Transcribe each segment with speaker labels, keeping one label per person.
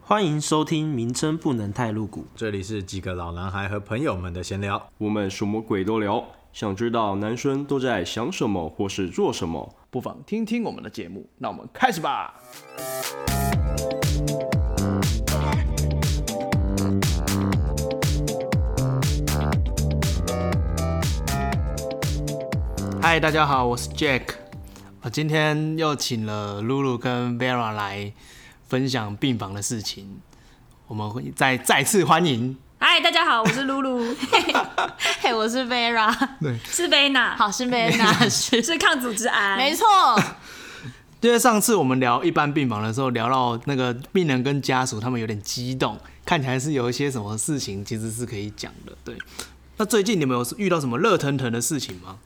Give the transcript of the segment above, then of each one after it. Speaker 1: 欢迎收听，名称不能太露骨。
Speaker 2: 这里是几个老男孩和朋友们的闲聊，
Speaker 3: 我们什么鬼都聊，想知道男生都在想什么或是做什么。
Speaker 4: 不妨听听我们的节目。那我们开始吧。嗨，大家好，我是 Jack。我今天又请了露露跟 Vera 来分享病房的事情，我们会再再次欢迎。
Speaker 5: 嗨，大家好，我是露 露，
Speaker 6: 嘿，我是 Vera，
Speaker 5: 是贝娜，
Speaker 6: 好是 Vera，是
Speaker 5: 是抗组织癌，
Speaker 6: 没错，
Speaker 4: 因为上次我们聊一般病房的时候，聊到那个病人跟家属，他们有点激动，看起来是有一些什么事情其实是可以讲的。对，那最近你们有遇到什么热腾腾的事情吗？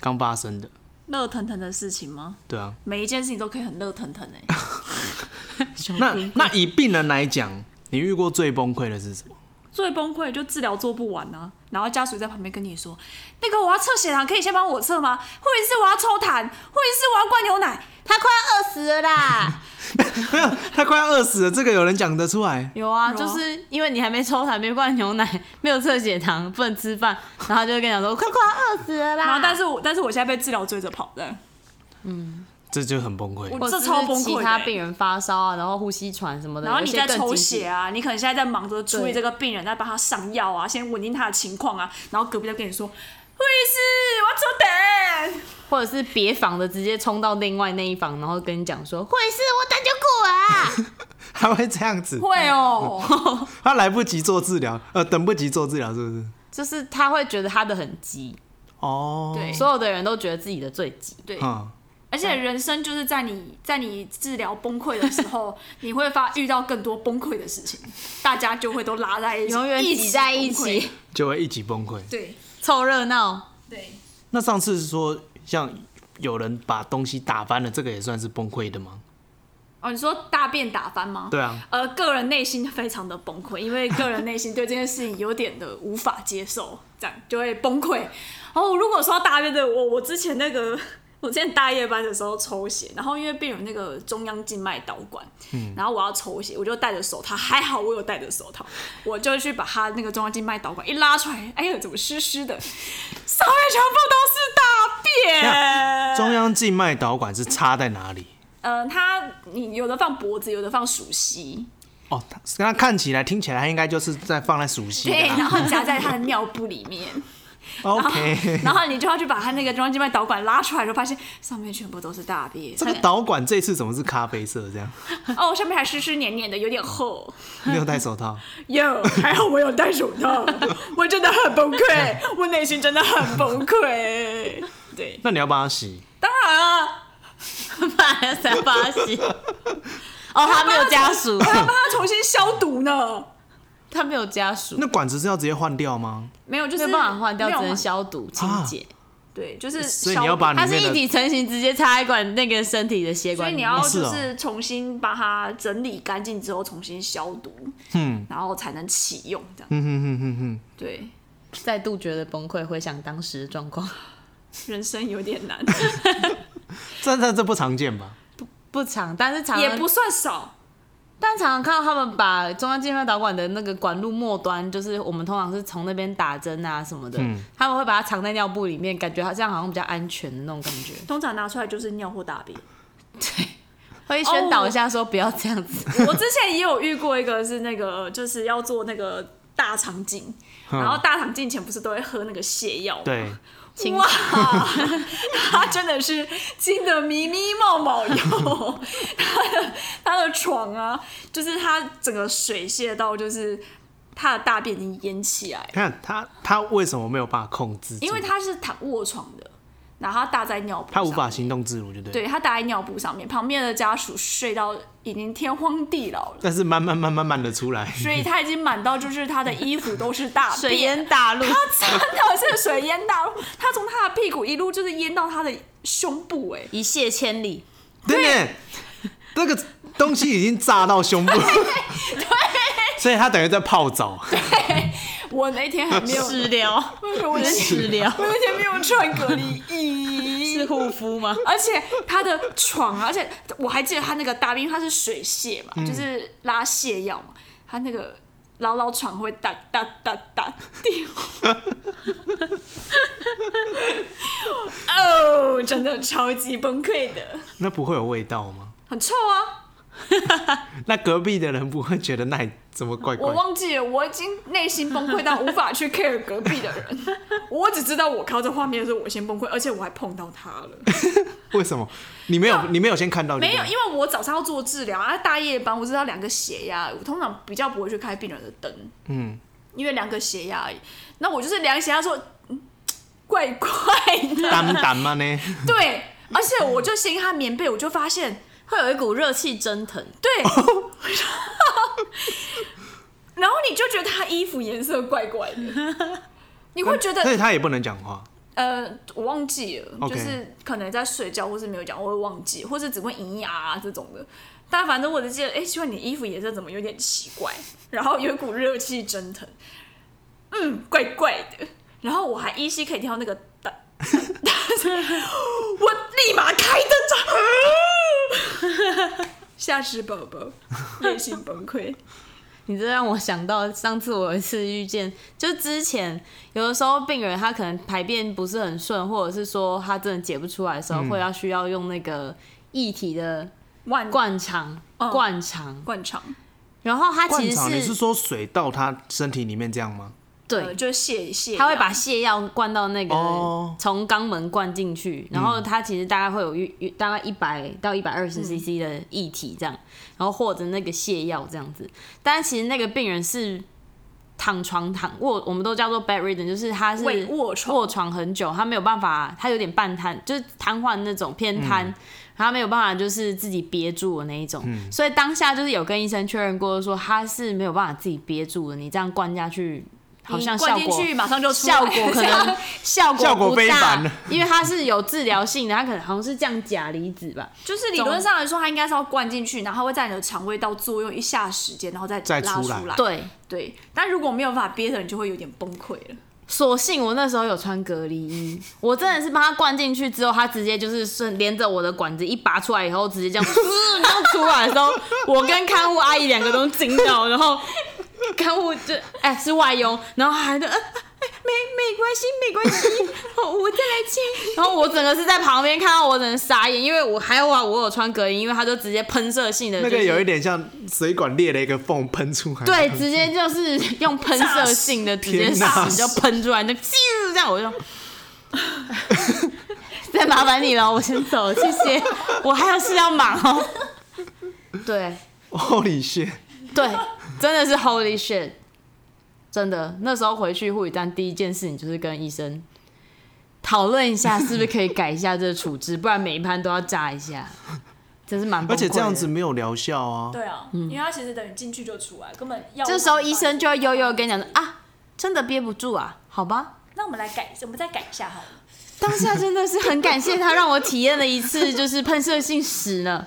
Speaker 4: 刚发生的，
Speaker 5: 热腾腾的事情吗？
Speaker 4: 对啊。
Speaker 5: 每一件事情都可以很热腾 腾哎，
Speaker 4: 那那以病人来讲，你遇过最崩溃的是什么？
Speaker 5: 最崩溃就治疗做不完啊，然后家属在旁边跟你说，那个我要测血糖，可以先帮我测吗？或者是我要抽痰，或者是我要灌牛奶，
Speaker 6: 他快要饿死 了啦。
Speaker 4: 没有，他快要饿死了，这个有人讲得出来？
Speaker 6: 有啊，
Speaker 5: 有啊
Speaker 6: 就是因为你还没抽痰，没灌牛奶，没有测血糖，不能吃饭，然后就会跟你讲说快快要饿死了啦。
Speaker 5: 然后但是我但是我现在被治疗追着跑的，
Speaker 4: 这就很崩溃。
Speaker 6: 或
Speaker 5: 这
Speaker 6: 者
Speaker 5: 超崩
Speaker 6: 是其
Speaker 5: 溃
Speaker 6: 他
Speaker 5: 的
Speaker 6: 病
Speaker 5: 欸。
Speaker 6: 人发烧啊，然后呼吸喘什么的，
Speaker 5: 然后你在抽
Speaker 6: 抽
Speaker 5: 血
Speaker 6: 血，
Speaker 5: 啊，你可能现在在忙着处理
Speaker 6: 对
Speaker 5: 这个病人，在帮他上药啊，先稳定他的情况啊。然后隔壁在跟你说，护士，我要抽 痰。
Speaker 6: 或者是别房的直接冲到另外那一房，然后跟你讲说会是我等就过啊。
Speaker 4: 他会这样子，
Speaker 5: 会哦，
Speaker 4: 他来不及做治疗，呃，等不及做治疗，是不是？
Speaker 6: 就是他会觉得他的很急，
Speaker 4: 哦，
Speaker 5: 对
Speaker 6: 所有的人都觉得自己的最急。
Speaker 5: 对，
Speaker 4: 嗯，
Speaker 5: 而且人生就是在你在你治疗崩溃的时 候，你会发遇到更多崩溃的事情，大家就会都拉在一起，
Speaker 6: 永远
Speaker 5: 一
Speaker 6: 挤在一
Speaker 5: 崩溃
Speaker 6: 起。
Speaker 4: 就会一起崩溃。
Speaker 5: 对
Speaker 6: 凑热闹，
Speaker 5: 对，
Speaker 4: 那上次是说像有人把东西打翻了，这个也算是崩溃的吗？
Speaker 5: 哦，你说大便打翻吗？
Speaker 4: 对啊，
Speaker 5: 呃，个人内心非常的崩溃，因为个人内心对这件事情有点的无法接受，这样就会崩溃。哦，如果说到大便的我，我之前那个。 我之前大夜班的时候抽血，然后因为病人那个中央静脉导管，然后我要抽血，我就戴着手套，还好我有戴着手套，我就去把他那个中央静脉导管一拉出来，哎呦，怎么湿湿的？上面全部都是大便。
Speaker 4: 中央静脉导管是插在哪里？
Speaker 5: 呃，他你有的放脖子，有的放鼠膝，
Speaker 4: 哦，它那看起来、听起来，它应该就是在放在熟悉
Speaker 5: 对，
Speaker 4: 的
Speaker 5: 然
Speaker 4: 啦。
Speaker 5: 后夹在他 的尿布里面。
Speaker 4: OK，
Speaker 5: 然后你就要去把它那个中央静脉导管拉出来，就发现上面全部都是大便，
Speaker 4: 这个导管这次怎么是咖啡色？ 这样
Speaker 5: 哦，上面还湿湿黏黏的，有点厚。
Speaker 4: 你有戴手套？
Speaker 5: 哟，还好我有戴手 套，我真的很崩溃，我内心真的很崩溃。对，
Speaker 4: 那你要帮他洗？
Speaker 5: 当然啊，
Speaker 6: 把人才发现。 哦，他没有家属，
Speaker 5: 还要帮他重新消毒呢。
Speaker 6: 他没有家属，
Speaker 4: 那管子是要直接换掉吗？
Speaker 5: 没有，就
Speaker 6: 没
Speaker 5: 是
Speaker 6: 有办法换啊掉，
Speaker 5: 没
Speaker 6: 只
Speaker 5: 有
Speaker 6: 能
Speaker 5: 换。
Speaker 6: 消毒清洁。
Speaker 5: 对，就是
Speaker 4: 所以
Speaker 5: 消
Speaker 4: 你要把
Speaker 5: 毒
Speaker 4: 里
Speaker 6: 它是
Speaker 4: 面
Speaker 6: 一
Speaker 4: 的
Speaker 6: 体成型，直接插在管那个身体的血
Speaker 5: 所
Speaker 6: 管
Speaker 5: 以你
Speaker 6: 里面。
Speaker 5: 要
Speaker 4: 哦是
Speaker 5: 就
Speaker 4: 哦
Speaker 5: 是重新把它整理干净之后重新消毒，嗯，然后才能启用这样。嗯哼哼哼哼，对，
Speaker 6: 再度觉得崩溃，回想当时的状况，
Speaker 5: 人生有点 难。
Speaker 4: 这这这不常见吧？
Speaker 6: 不长，但是常
Speaker 5: 也不，算少，
Speaker 6: 但常常看到他们把中央静脉导管的那个管路末端，就是我们通常是从那边打针啊什么的，他们会把它藏在尿布里面，感觉好像好像比较安全的那种感觉，
Speaker 5: 通常拿出来就是尿或大便。
Speaker 6: 会宣导一下说不要这样子。
Speaker 5: 我之前也有遇过一个是那个，就是要做那个大肠镜，然后大肠镜前不是都会喝那个泻药吗？
Speaker 4: 对，
Speaker 6: 清
Speaker 5: 哇，他真的是惊得迷迷冒冒哟！他的他的床啊，就是他整个水泻到，就是他的大便已经淹起来了，
Speaker 4: 看他他为什么没有办法控制住？
Speaker 5: 因为他是躺卧床的，然后他搭在尿布
Speaker 4: 他
Speaker 5: 上
Speaker 4: 无
Speaker 5: 面，
Speaker 4: 法行动自如，就对。。
Speaker 5: 对他搭在尿布上面，旁边的家属睡到已经天荒地老了，
Speaker 4: 但是慢慢慢慢慢的出来，
Speaker 5: 所以他已经满到就是他的衣服都是大
Speaker 6: 水
Speaker 5: 便，
Speaker 6: 淹大陆，
Speaker 5: 真的是水淹到他从他的屁股一路就是淹到他的胸部、哎，
Speaker 6: 一泻千里。
Speaker 4: 对耶，那个东西已经炸到胸部，所以他等于在泡澡。
Speaker 5: 我 那天还没有，
Speaker 6: 食疗，
Speaker 5: 我那天
Speaker 6: 食疗
Speaker 5: 我那天没有穿隔离衣，
Speaker 6: 是护肤吗？
Speaker 5: 而且他的床啊，而且我还记得他那个大便，因为他是水泻嘛，就是拉泻药嘛，他那个牢牢床会哒哒哒哒掉。哦，真的超级崩溃的，
Speaker 4: 那不会有味道吗？
Speaker 5: 很臭啊！
Speaker 4: 那隔壁的人不会觉得那里怎么怪怪？
Speaker 5: 我忘记了，我已经内心崩溃到无法去 care 隔壁的人。 我只知道我看到这画面的时候，我先崩溃，而且我还碰到他了。
Speaker 4: 为什么？你没有，你没有先看到就对
Speaker 5: 没
Speaker 4: 了？
Speaker 5: 有，因为我早上要做治疗啊，大夜班，我知道量个血压，我通常比较不会去开病人的灯，
Speaker 4: 嗯，
Speaker 5: 因为量个血压而已。那我就是量血压说，嗯，怪怪 的，
Speaker 4: 淡淡嘛呢？
Speaker 5: 对，而且我就掀开棉被，我就发现，
Speaker 6: 会有一股热气蒸腾，
Speaker 5: 对，然后你就觉得他衣服颜色怪怪的，你会觉
Speaker 4: 所
Speaker 5: 得
Speaker 4: 以他也不能讲话。
Speaker 5: 呃，我忘记了
Speaker 4: OK
Speaker 5: 就是可能在睡觉，或是没有讲，我会忘记，或是只会咿呀、啊、这种的。但反正我只记得，哎、奇怪，你的衣服颜色怎么有点奇怪？然后有一股热气蒸腾，嗯，怪怪的。然后我还依稀可以听到那个 哒，我立马开灯就， 吓死宝宝，内心崩溃。
Speaker 6: 你这让我想到上次我有一次遇见，就之前有的时候病人他可能排便不是很顺，或者是说他真的解不出来的时候，
Speaker 4: 嗯
Speaker 6: 会要需要用那个液体的
Speaker 5: 万灌
Speaker 6: 灌肠
Speaker 5: 嗯
Speaker 6: 灌肠，
Speaker 5: 灌肠，
Speaker 6: 然后他
Speaker 4: 灌
Speaker 6: 其
Speaker 4: 肠，你
Speaker 6: 实
Speaker 4: 是说水到他身体里面这样吗？
Speaker 5: 呃
Speaker 6: 对。
Speaker 5: 就是泻泻药，
Speaker 6: 他会把泻药灌到那个
Speaker 4: 哦
Speaker 6: 从肛门灌进去，然后它其实大概会有一一大概一百到一百二
Speaker 5: 嗯
Speaker 6: 十 CC 的液体这样，然后或者那个泻药这样子。但其实那个病人是躺床躺卧，我们都叫做 bedridden，就是他是
Speaker 5: 胃卧床
Speaker 6: 卧床很久，他没有办法，他有点半瘫，就是瘫痪那种偏瘫。然后他没有办法，就是自己憋住的那一种，所以当下就是有跟医生确认过，说他是没有办法自己憋住的。你这样灌下去，好像
Speaker 5: 你
Speaker 6: 效
Speaker 5: 灌进
Speaker 6: 果
Speaker 5: 去马上就出来
Speaker 6: 效果可能 效果
Speaker 4: 效果
Speaker 6: 不
Speaker 4: 非
Speaker 6: 大
Speaker 4: 凡
Speaker 6: 因为它是有治疗性的，它可能好像是降钾离子吧。
Speaker 5: 就是理论上来说，它应该是要灌进去，然后会在你的肠胃道作用一下时间，然后再
Speaker 4: 再
Speaker 5: 拉
Speaker 4: 出来
Speaker 5: 来。
Speaker 6: 对，
Speaker 5: 对，但如果没有办法憋着，你就会有点崩溃了。
Speaker 6: 所幸我那时候有穿隔离衣，我真的是把它灌进去之后，它直接就是顺连着我的管子一拔出来以后，直接这样，嗯然后出来的时候，我跟看护阿姨两个都惊到，然后看护就哎、是外佣，然后还的、呃、没没关系没关系，我我再来清。然后我整个是在旁边看到我整个傻眼，因为我还有啊，我有穿隔离，因为它就直接喷射性的、就
Speaker 4: 那
Speaker 6: 是，
Speaker 4: 个有一点像水管裂了一个缝喷出来。
Speaker 6: 对，直接就是用喷射性的，直接
Speaker 4: 天哪
Speaker 6: 死就喷出来，就咻这 样，我就。再麻烦你了，我先走了，谢谢。我还有事要忙哦。对
Speaker 4: ，Holy shit！
Speaker 6: 对，真的是 Holy shit！真的，那时候回去护理站第一件事情就是跟医生讨论一下，是不是可以改一下这个处置，不然每一盘都要炸一下，真是蛮崩
Speaker 4: 而
Speaker 6: 溃的。
Speaker 4: 且这样子没有疗效啊。
Speaker 5: 对啊，因为它其实等于进去就出来，根本要
Speaker 6: 嗯这时候医生就会悠悠地跟你讲说啊，真的憋不住啊，好吧，
Speaker 5: 那我们来改，我们再改一下好了。
Speaker 6: 当下真的是很感谢他，让我体验了一次就是喷射性屎呢，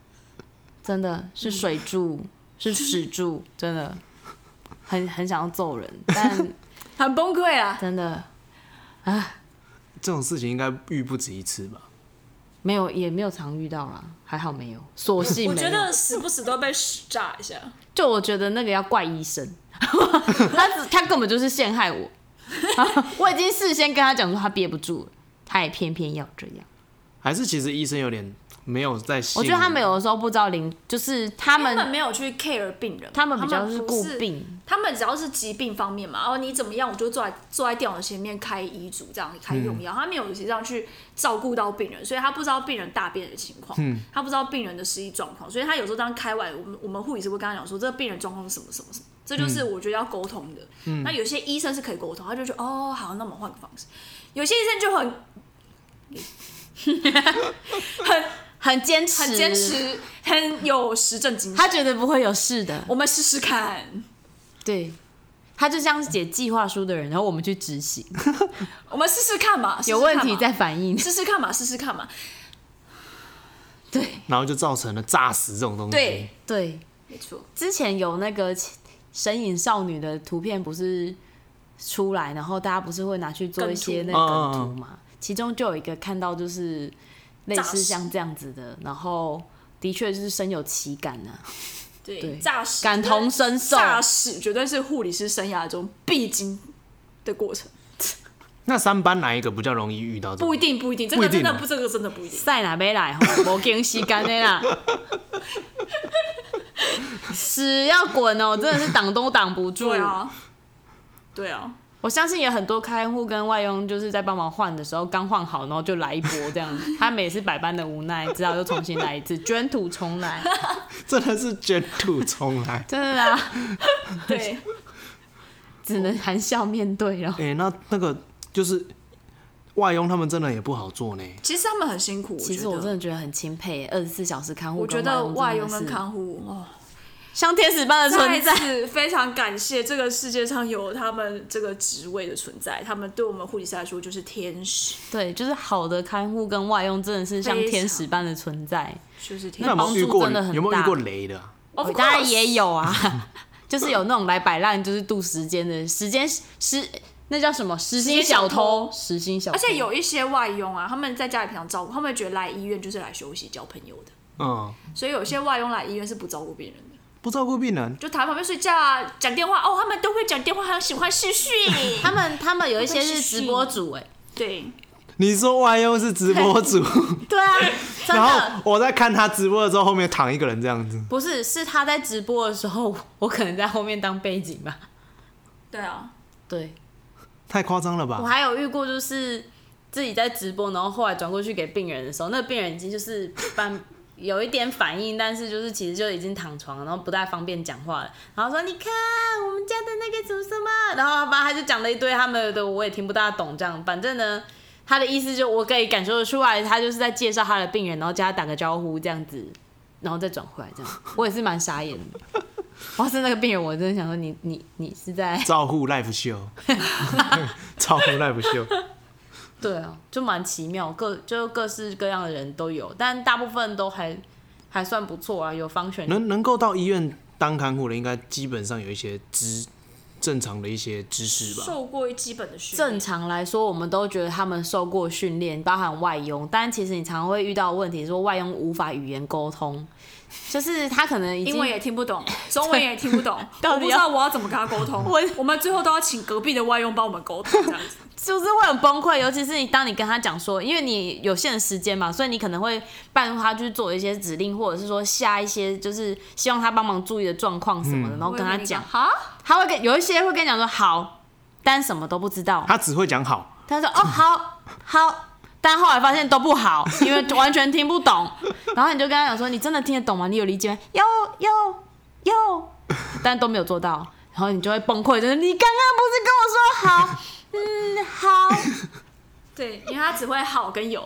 Speaker 6: 真的是水柱，是屎柱，真的很很想要揍人，但
Speaker 5: 很崩溃啊！
Speaker 6: 真的
Speaker 4: 这种事情应该遇不止一次吧？
Speaker 6: 没有也没有常遇到啦，还好没有，所幸
Speaker 5: 我
Speaker 6: 没
Speaker 5: 觉
Speaker 6: 有。
Speaker 5: 得时不时都被屎炸一下，
Speaker 6: 就我觉得那个要怪医生， 他只他根本就是陷害我， 我已经事先跟他讲说他憋不住了，他也偏偏要这样。
Speaker 4: 还是其实医生有点没有在信
Speaker 6: 我
Speaker 4: 任？
Speaker 6: 觉得他们有的时候不知道临，就是他
Speaker 5: 他们
Speaker 6: 们
Speaker 5: 没有去 care 病人，
Speaker 6: 他们比较是
Speaker 5: 不
Speaker 6: 顾病，
Speaker 5: 他们只要是疾病方面嘛，哦，你怎么样，我就坐在坐在电脑前面开医嘱，这样开用
Speaker 6: 嗯
Speaker 5: 药，他没有实际上去照顾到病人，所以他不知道病人大便的情况，
Speaker 6: 嗯
Speaker 5: 他不知道病人的实际状况，所以他有时候当开完，我们我们护理师会跟他讲说，这个病人状况是什么什么什么，这就是我觉得要沟通的。
Speaker 6: 嗯
Speaker 5: 那有些医生是可以沟通，他就觉得哦好，那我们换个方式，有些医生就很
Speaker 6: 很坚持，
Speaker 5: 很坚，持， 很有实证精神，
Speaker 6: 他觉得不会有事的。
Speaker 5: 我们试试看。
Speaker 6: 对，他就像是写计划书的人，然后我们去 执行，
Speaker 5: 我们试试看嘛，试试
Speaker 6: 有
Speaker 5: 看嘛
Speaker 6: 问题再反映。
Speaker 5: 试试看嘛，试试看嘛。
Speaker 6: 对
Speaker 4: 然后就造成了诈死这种
Speaker 6: 嗯
Speaker 4: 东西。
Speaker 5: 对，
Speaker 6: 对，
Speaker 5: 没错，
Speaker 6: 之前有那个神隐少女的图片不是出来，然后大家不是会拿去做一些
Speaker 4: 梗
Speaker 6: 那
Speaker 4: 图
Speaker 6: 个梗图嘛？其中就有一个看到就是类
Speaker 5: 诈
Speaker 6: 似
Speaker 5: 尸
Speaker 6: 像这样子的，然后的确就是深有其感呐、啊对
Speaker 5: 对，诈尸
Speaker 6: 感同身受
Speaker 5: 诈尸绝对是护理师生涯中必经的过程，
Speaker 4: 那三班哪一个比较容易遇到这种？
Speaker 5: 不一定，不一定，这
Speaker 4: 不
Speaker 5: 个
Speaker 4: 一定
Speaker 5: 真的
Speaker 6: 啊
Speaker 4: 哦
Speaker 5: 不，这个真的不一定。
Speaker 6: 塞哪杯来吼，无惊喜干的啦，屎要滚哦，真的是挡都挡不住
Speaker 5: 对。啊，对啊，
Speaker 6: 我相信有很多看护跟外佣就是在帮忙换的时候，刚换好，然后就来一波这样，他们也是百般的无奈，只好又重新来一次，卷土重来，
Speaker 4: 真的是卷土重 来。
Speaker 6: 真的啊，
Speaker 5: 对，
Speaker 6: 只能含笑面对了。
Speaker 4: 哎、那那个就是外佣，他们真的也不好做呢。
Speaker 5: 其实他们很辛苦，
Speaker 6: 其实我
Speaker 5: 我
Speaker 6: 真
Speaker 5: 觉得，
Speaker 6: 的觉得很钦佩，二十四小时看护
Speaker 5: 我觉
Speaker 6: 跟
Speaker 5: 得外
Speaker 6: 外
Speaker 5: 佣
Speaker 6: 佣真的是，
Speaker 5: 跟看护哦，
Speaker 6: 像天使般的
Speaker 5: 再
Speaker 6: 存在。
Speaker 5: 次非常感谢这个世界上有他们这个职位的存在，他们对我们护理师来说就是天使，
Speaker 6: 对，就是好的看护跟外佣真的是像
Speaker 5: 非常
Speaker 6: 天使般的存在。
Speaker 5: 就是天
Speaker 4: 那有
Speaker 5: 使。
Speaker 4: 没有遇过？
Speaker 6: 帮助真的很大
Speaker 4: 有没有遇过雷的啊、
Speaker 5: Of
Speaker 6: 当然
Speaker 5: course
Speaker 6: 也有啊， 就是有那种来摆烂，就是度时间的时间时，那叫什么时薪小偷，时薪小偷，
Speaker 5: 而且有一些外佣啊，他们在家里平常照顾，他们觉得来医院就是来休息、交朋友的，
Speaker 4: 嗯，
Speaker 5: 所以有些外佣来医院是不照顾病人的，
Speaker 4: 不照顾病人，
Speaker 5: 就躺在旁边睡觉啊，讲电话哦，他们都会讲电话，还喜欢视 讯。
Speaker 6: 他们他们有一些是直播主 哎、
Speaker 5: 对，
Speaker 4: 你说外佣是直播 主，
Speaker 6: 对啊，真
Speaker 4: 然
Speaker 6: 的
Speaker 4: 后我在看他直播的时候，后面躺一个人这样子，
Speaker 6: 不是是他在直播的时候，我可能在后面当背景吧。
Speaker 5: 对啊，
Speaker 6: 对
Speaker 4: 太夸张了
Speaker 6: 我
Speaker 4: 吧？
Speaker 6: 还有遇过就是自己在直播，然后后来转过去给病人的时候，那个病人已经就是半有一点反应，但是就是其实就已经躺床了，然后不太方便讲话了。然后说你看我们家的那个什么什么，然后反正他就讲了一堆他们的，我也听不大懂这样。反正呢，他的意思就我可以感受得出来，他就是在介绍他的病人，然后叫他打个招呼这样子，然后再转回来这样。我也是蛮傻眼的。哇塞，那个病人， 我真的想说你你你是在
Speaker 4: 照顾 live 秀， 照顾 live 秀，
Speaker 6: 对啊，就蛮奇妙，各就各式各样的人都有，但大部分都还还算不错啊，有方选。
Speaker 4: 能能够到医院当看护的，应该基本上有一些知正常的一些知识吧？
Speaker 5: 受过基本的训
Speaker 6: 正
Speaker 5: 练，
Speaker 6: 常来说，我们都觉得他们受过训练，包含外佣，但其实你常会遇到问题，说外佣无法语言沟通， 就是他可能已经
Speaker 5: 英文也听不 懂，中文也听不懂，
Speaker 6: 到
Speaker 5: 我
Speaker 6: 底
Speaker 5: 不知
Speaker 6: 要
Speaker 5: 道我要怎么跟他沟 通。我们最后都要请隔壁的外佣帮我们沟通，这样 子。
Speaker 6: 就是会很崩溃，尤其是你当你跟他讲说，因为你有限的时间嘛，所以你可能会拜托他去做一些指令，或者是说下一些就是希望他帮忙注意的状况什么的，然后跟他讲，
Speaker 5: 哈，
Speaker 6: 他会跟有一些会跟你讲说好，但什么都不知道。
Speaker 4: 他只会讲好，
Speaker 6: 他说：“哦，好好。”但后来发现都不好， 因为完全听不懂。然后你就跟他讲说：“你真的听得懂吗？你有理解吗？”有有有，但都没有做到。然后你就会崩溃，就是你刚刚不是跟我说好，嗯，好，
Speaker 5: 对，因为他只会好跟有，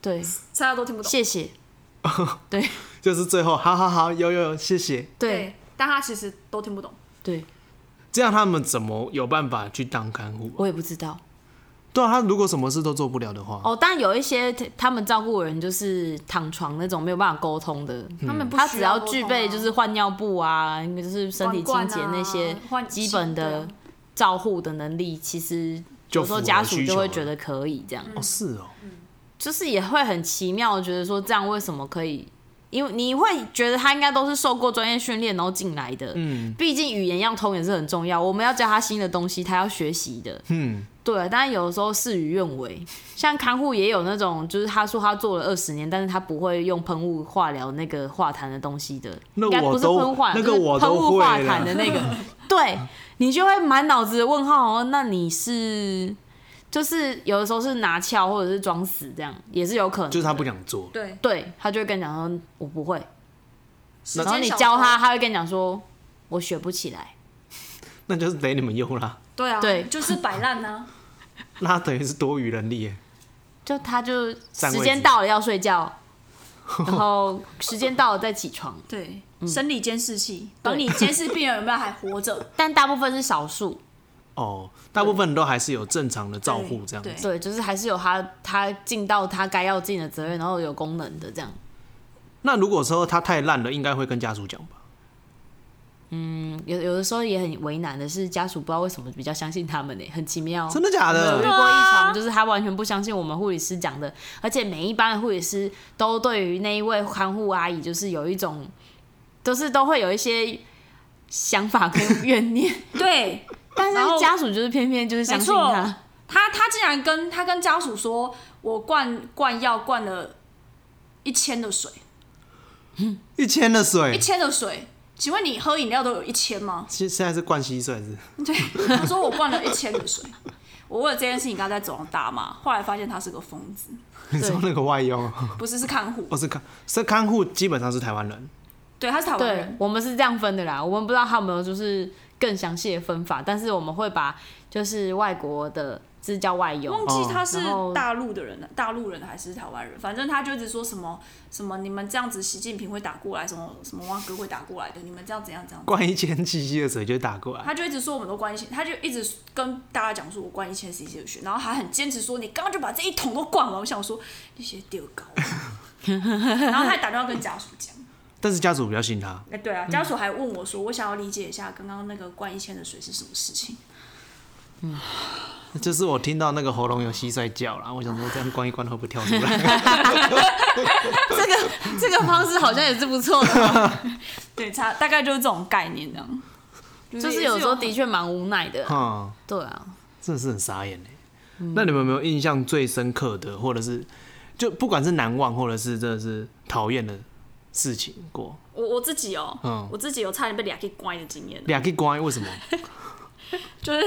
Speaker 6: 对，
Speaker 5: 其他都听不懂。
Speaker 6: 谢谢，对
Speaker 4: 就是最后好好好，有有有，谢谢。
Speaker 6: 对，
Speaker 5: 但他其实都听不懂。
Speaker 6: 对，
Speaker 4: 这样他们怎么有办法去当看护啊？
Speaker 6: 我也不知道。
Speaker 4: 对啊，他如果什么事都做不了的话，
Speaker 6: 哦，但有一些他们照顾的人就是躺床那种没有办法沟通的，
Speaker 5: 他们不
Speaker 6: 他
Speaker 5: 需
Speaker 6: 只要
Speaker 5: 沟
Speaker 6: 具
Speaker 5: 通
Speaker 6: 备
Speaker 5: 啊
Speaker 6: 就是换尿布啊，就是身体清洁那些
Speaker 5: 换罐啊
Speaker 6: 基本的照护的能力，其实有时
Speaker 4: 就符
Speaker 6: 候
Speaker 4: 合
Speaker 6: 家属
Speaker 4: 需
Speaker 6: 就
Speaker 4: 求
Speaker 6: 会
Speaker 4: 了
Speaker 6: 觉得可以这样，
Speaker 4: 哦是哦，
Speaker 6: 就是也会很奇妙，觉得说这样为什么可以？因为你会觉得他应该都是受过专业训练然后进来的，嗯，毕竟语言要通也是很重要。我们要教他新的东西，他要学习的，
Speaker 4: 嗯，
Speaker 6: 对，但有时候事与愿违，像看护也有那种，就是他说他做了二十年，但是他不会用喷雾化疗那个化痰的东西的，
Speaker 4: 那
Speaker 6: 应该
Speaker 4: 我
Speaker 6: 不是
Speaker 4: 都
Speaker 6: 喷雾化
Speaker 4: 那
Speaker 6: 疗，
Speaker 4: 个
Speaker 6: 就是
Speaker 4: 我
Speaker 6: 喷
Speaker 4: 都
Speaker 6: 雾化
Speaker 4: 会
Speaker 6: 痰
Speaker 4: 啦
Speaker 6: 的那个，对
Speaker 4: 啊
Speaker 6: 你就会满脑子的问号哦。那你是就是有的时候是拿翘或者是装死这样，也是有可能的，
Speaker 4: 就是他不想做，
Speaker 5: 对，
Speaker 6: 对他就会跟你讲说我不会，
Speaker 5: 然
Speaker 6: 然后你教他，，他会跟你讲说我学不起来，
Speaker 4: 那就是得你们用啦，
Speaker 5: 对啊，
Speaker 6: 对
Speaker 5: 就是摆烂啊呐。
Speaker 4: 那他等于是多余人力耶。
Speaker 6: 就他就
Speaker 4: 占位
Speaker 6: 时间
Speaker 4: 置
Speaker 6: 到了要睡 觉，然后时间到了再起床。
Speaker 5: 对，生理监视器帮你监视病人有没有还活着。
Speaker 6: 但大部分是少数，
Speaker 4: 哦，大部分都还是有正常的照护这样
Speaker 5: 对
Speaker 4: 子。
Speaker 6: 对，就是还是有他他尽到他该要尽的责任，然后有功能的这样。
Speaker 4: 那如果说他太烂了，应该会跟家属讲吧？
Speaker 6: 嗯，有有的时候也很为难的是，家属不知道为什么比较相信他们呢、欸很奇妙。
Speaker 4: 真的假
Speaker 6: 我们有遇
Speaker 4: 的？
Speaker 6: 过一床，就是他完全不相信我们护理师讲的，而且每一班的护理师都对于那一位看护阿姨，就是有一种，都是都会有一些想法跟怨 念，
Speaker 5: 对，
Speaker 6: 但
Speaker 5: 然后
Speaker 6: 是家属就是偏偏就是相信
Speaker 5: 没错
Speaker 6: 他，
Speaker 5: 他他竟然跟他跟家属说，我灌灌药灌了一千的水，
Speaker 4: 一千的
Speaker 5: 一
Speaker 4: 水，
Speaker 5: 千的水，请问你喝饮料都有一千吗？
Speaker 4: 现现在是灌蟋蟀是？
Speaker 5: 对，他说我灌了一千的水。我为了这件事情跟他在走廊大骂，后来发现他是个疯子，
Speaker 4: 你说那个外 佣，
Speaker 5: 不是是看护
Speaker 4: 我，是看是看护，基本上是台湾人。
Speaker 5: 对，他是台湾
Speaker 6: 对
Speaker 5: 人，
Speaker 6: 我们是这样分的啦，我们不知道他有没有就是更详细的分法，但是我们会把就是外国的支教外佣，
Speaker 5: 忘记他是
Speaker 6: 然后
Speaker 5: 大陆的人了，大陆人还是台湾人，反正他就一直说什么什么你们这样子，习近平会打过来，什么什么汪哥会打过来的，你们这样怎样怎样。
Speaker 4: 灌一千 cc 的水就打过来，
Speaker 5: 他就一直说我们都关一千，他就一直跟大家讲说我灌一千 CC 的血，然后还很坚持说你刚刚就把这一桶都灌完。我想说那些丢高， 然后他还打电话跟家属讲。
Speaker 4: 但是家属比较信他。
Speaker 5: 哎、对啊，家属还问我说，我想要理解一下刚刚那个灌一千的水是什么事情。
Speaker 4: 就是我听到那个喉咙有蟋蟀叫啦，我想说这样关一关会不会跳出来？
Speaker 6: 这个这个方式好像也是不错的，哦
Speaker 5: 对，差大概就是这种概念这样。
Speaker 6: 嗯就是有时候的确蛮无奈的，
Speaker 4: 嗯，
Speaker 6: 对啊，
Speaker 4: 真的是很傻眼哎。那你们有没有印象最深刻的，或者是就不管是难忘，或者是真的是讨厌的事情过？
Speaker 5: 我我自己哦、
Speaker 4: 嗯
Speaker 5: 我自己有差点被俩给关的经验啊，
Speaker 4: 俩个关为 什么？
Speaker 5: 就是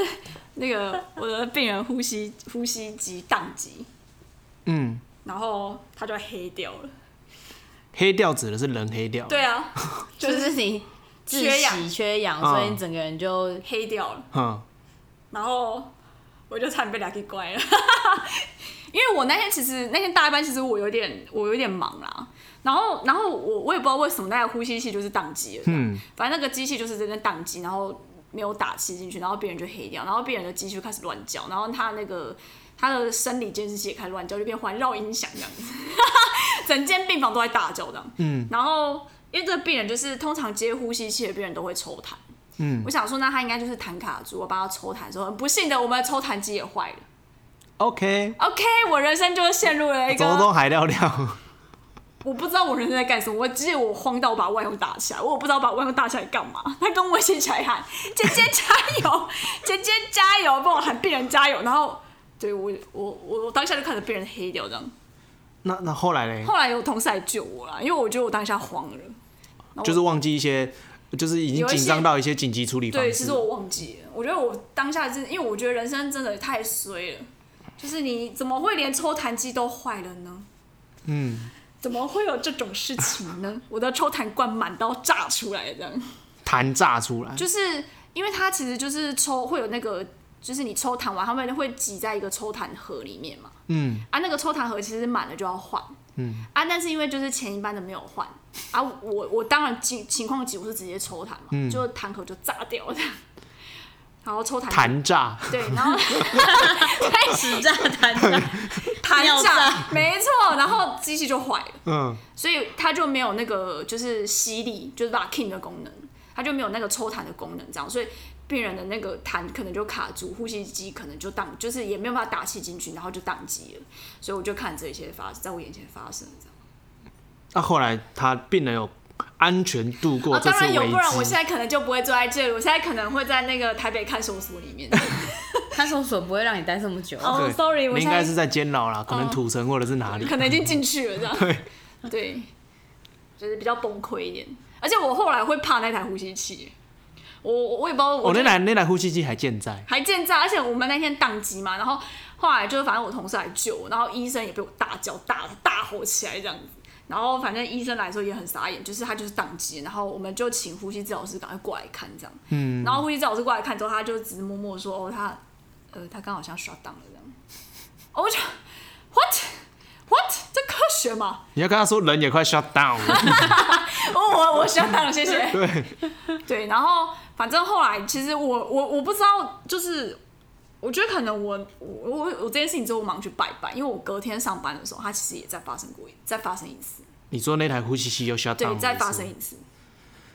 Speaker 5: 那个我的病人呼吸呼吸机宕机，
Speaker 4: 嗯，
Speaker 5: 然后他就黑掉了。
Speaker 4: 黑掉指的是人黑掉。
Speaker 5: 对，啊，就
Speaker 6: 就是是你窒
Speaker 5: 缺氧
Speaker 6: 息缺氧，
Speaker 4: 嗯
Speaker 6: 所以你整个人就
Speaker 5: 黑掉了。
Speaker 4: 嗯，
Speaker 5: 然后我就差点被俩给拐了， 因为我那天其实那天大班其实我有点我有点忙啦，然后然后我我也不知道为什么那个呼吸器就是宕机了，嗯，反正那个机器就是在那宕机，然后没有打气进去，然后别人就黑掉，然后别人的机器就开始乱叫，然后他那个。他的生理监视器也开始乱叫，就变环绕音响这样子， 整间病房都在大叫这样。嗯，然后因为这个病人就是通常接呼吸器的病人都会抽痰，我想说，那他应该就是弹卡住，我帮他抽弹的时候，很不幸的，我们的抽弹机也坏了。
Speaker 4: OK，
Speaker 5: OK，我人生就是陷入了一
Speaker 4: 走东
Speaker 5: 个
Speaker 4: 海料料，
Speaker 5: 我不知道我人生在干什么。我记得我慌到把外佣打起来，我也不知道把外佣打起来干嘛。他跟我一起起来喊“姐姐加油，姐姐加油”，帮我喊病人加油。然后，对我我我我当下就看着病人黑掉这样。
Speaker 4: 那那后来嘞，
Speaker 5: 后来有同事来救我啦，因为我觉得我当下慌了。
Speaker 4: 就是忘记一些，就是已经
Speaker 5: 有一些
Speaker 4: 紧张到一些紧急处理方
Speaker 5: 对，
Speaker 4: 式。
Speaker 5: 其实我忘记了。我觉得我当下真，因为我觉得人生真的太衰了，就是你怎么会连抽痰机都坏了呢？嗯，怎么会有这种事情呢？我的抽痰罐满到炸出来这样，
Speaker 4: 痰炸出来，
Speaker 5: 就是因为它其实就是抽会有那个，就是你抽痰完，他们会挤在一个抽痰盒里面嘛。
Speaker 4: 嗯，
Speaker 5: 啊，那个抽痰盒其实满了就要换。嗯啊，但是因为就是前一班的没有换啊，我我当然情情况急，我是直接抽痰嘛，就痰盒就炸掉了，然后抽痰
Speaker 4: 痰炸，
Speaker 5: 对，然后开始
Speaker 6: 炸 弹。
Speaker 5: 弹
Speaker 6: 尿
Speaker 5: 炸
Speaker 6: 炸，
Speaker 5: 没错，然后机器就坏了，
Speaker 4: 嗯，
Speaker 5: 所以它就没有那个就是吸力，就是把 king 的功能，它就没有那个抽痰的功能，这样，所以病人的那个痰可能就卡住，呼吸机可能就宕，就是也没有办法打气进去，然后就宕机了，所以我就看这一切发在我眼前发生，这样。
Speaker 4: 那后来他病人有安全度过
Speaker 5: 啊，
Speaker 4: 这
Speaker 5: 当
Speaker 4: 次
Speaker 5: 然
Speaker 4: 危
Speaker 5: 有，不然我
Speaker 4: 机
Speaker 5: 现。在可能就不会坐在这里，我现在可能会在那个台北看守所 里面。
Speaker 6: 看守所不会让你待这么久，啊
Speaker 5: 哦
Speaker 4: 对
Speaker 5: ，sorry，我
Speaker 4: 你应
Speaker 5: 现
Speaker 4: 该
Speaker 5: 在哦
Speaker 4: 是在监牢啦，可能土城或者是哪里。
Speaker 5: 可能已经进去了这样。对，就是比较崩溃一点。而且我后来会怕那台呼吸器，我我我也不知道我
Speaker 4: 哦，
Speaker 5: 觉
Speaker 4: 那
Speaker 5: 得
Speaker 4: 台那台呼吸机还健在，
Speaker 5: 还健在，而且我们那天宕机嘛，然后后来就是反正我同事来救我，然后医生也被我大叫大大吼起来这样子。然后反正医生来的时候也很傻眼，就是他就是宕机，然后我们就请呼吸治疗师赶快过来看这样。嗯，然后呼吸治疗师过来看之后，他就只是默默说：“哦，他呃，他刚好像 shut down 了这样。”哦，我就 what what 这科学吗？
Speaker 4: 你要跟他说人也快 shut down 了。
Speaker 5: 哦，我我想当了，谢谢。 对对，然后反正后来其实我我我不知道，就是我觉得可能我我我我这件事情之后我忙去拜拜，因为我隔天上班的时候，它其实也在发生过一，再发生一次，
Speaker 4: 你说那台呼吸机又 shut down
Speaker 5: 对，
Speaker 4: 了
Speaker 5: 再
Speaker 4: 是
Speaker 5: 发生
Speaker 4: 吗
Speaker 5: 一次。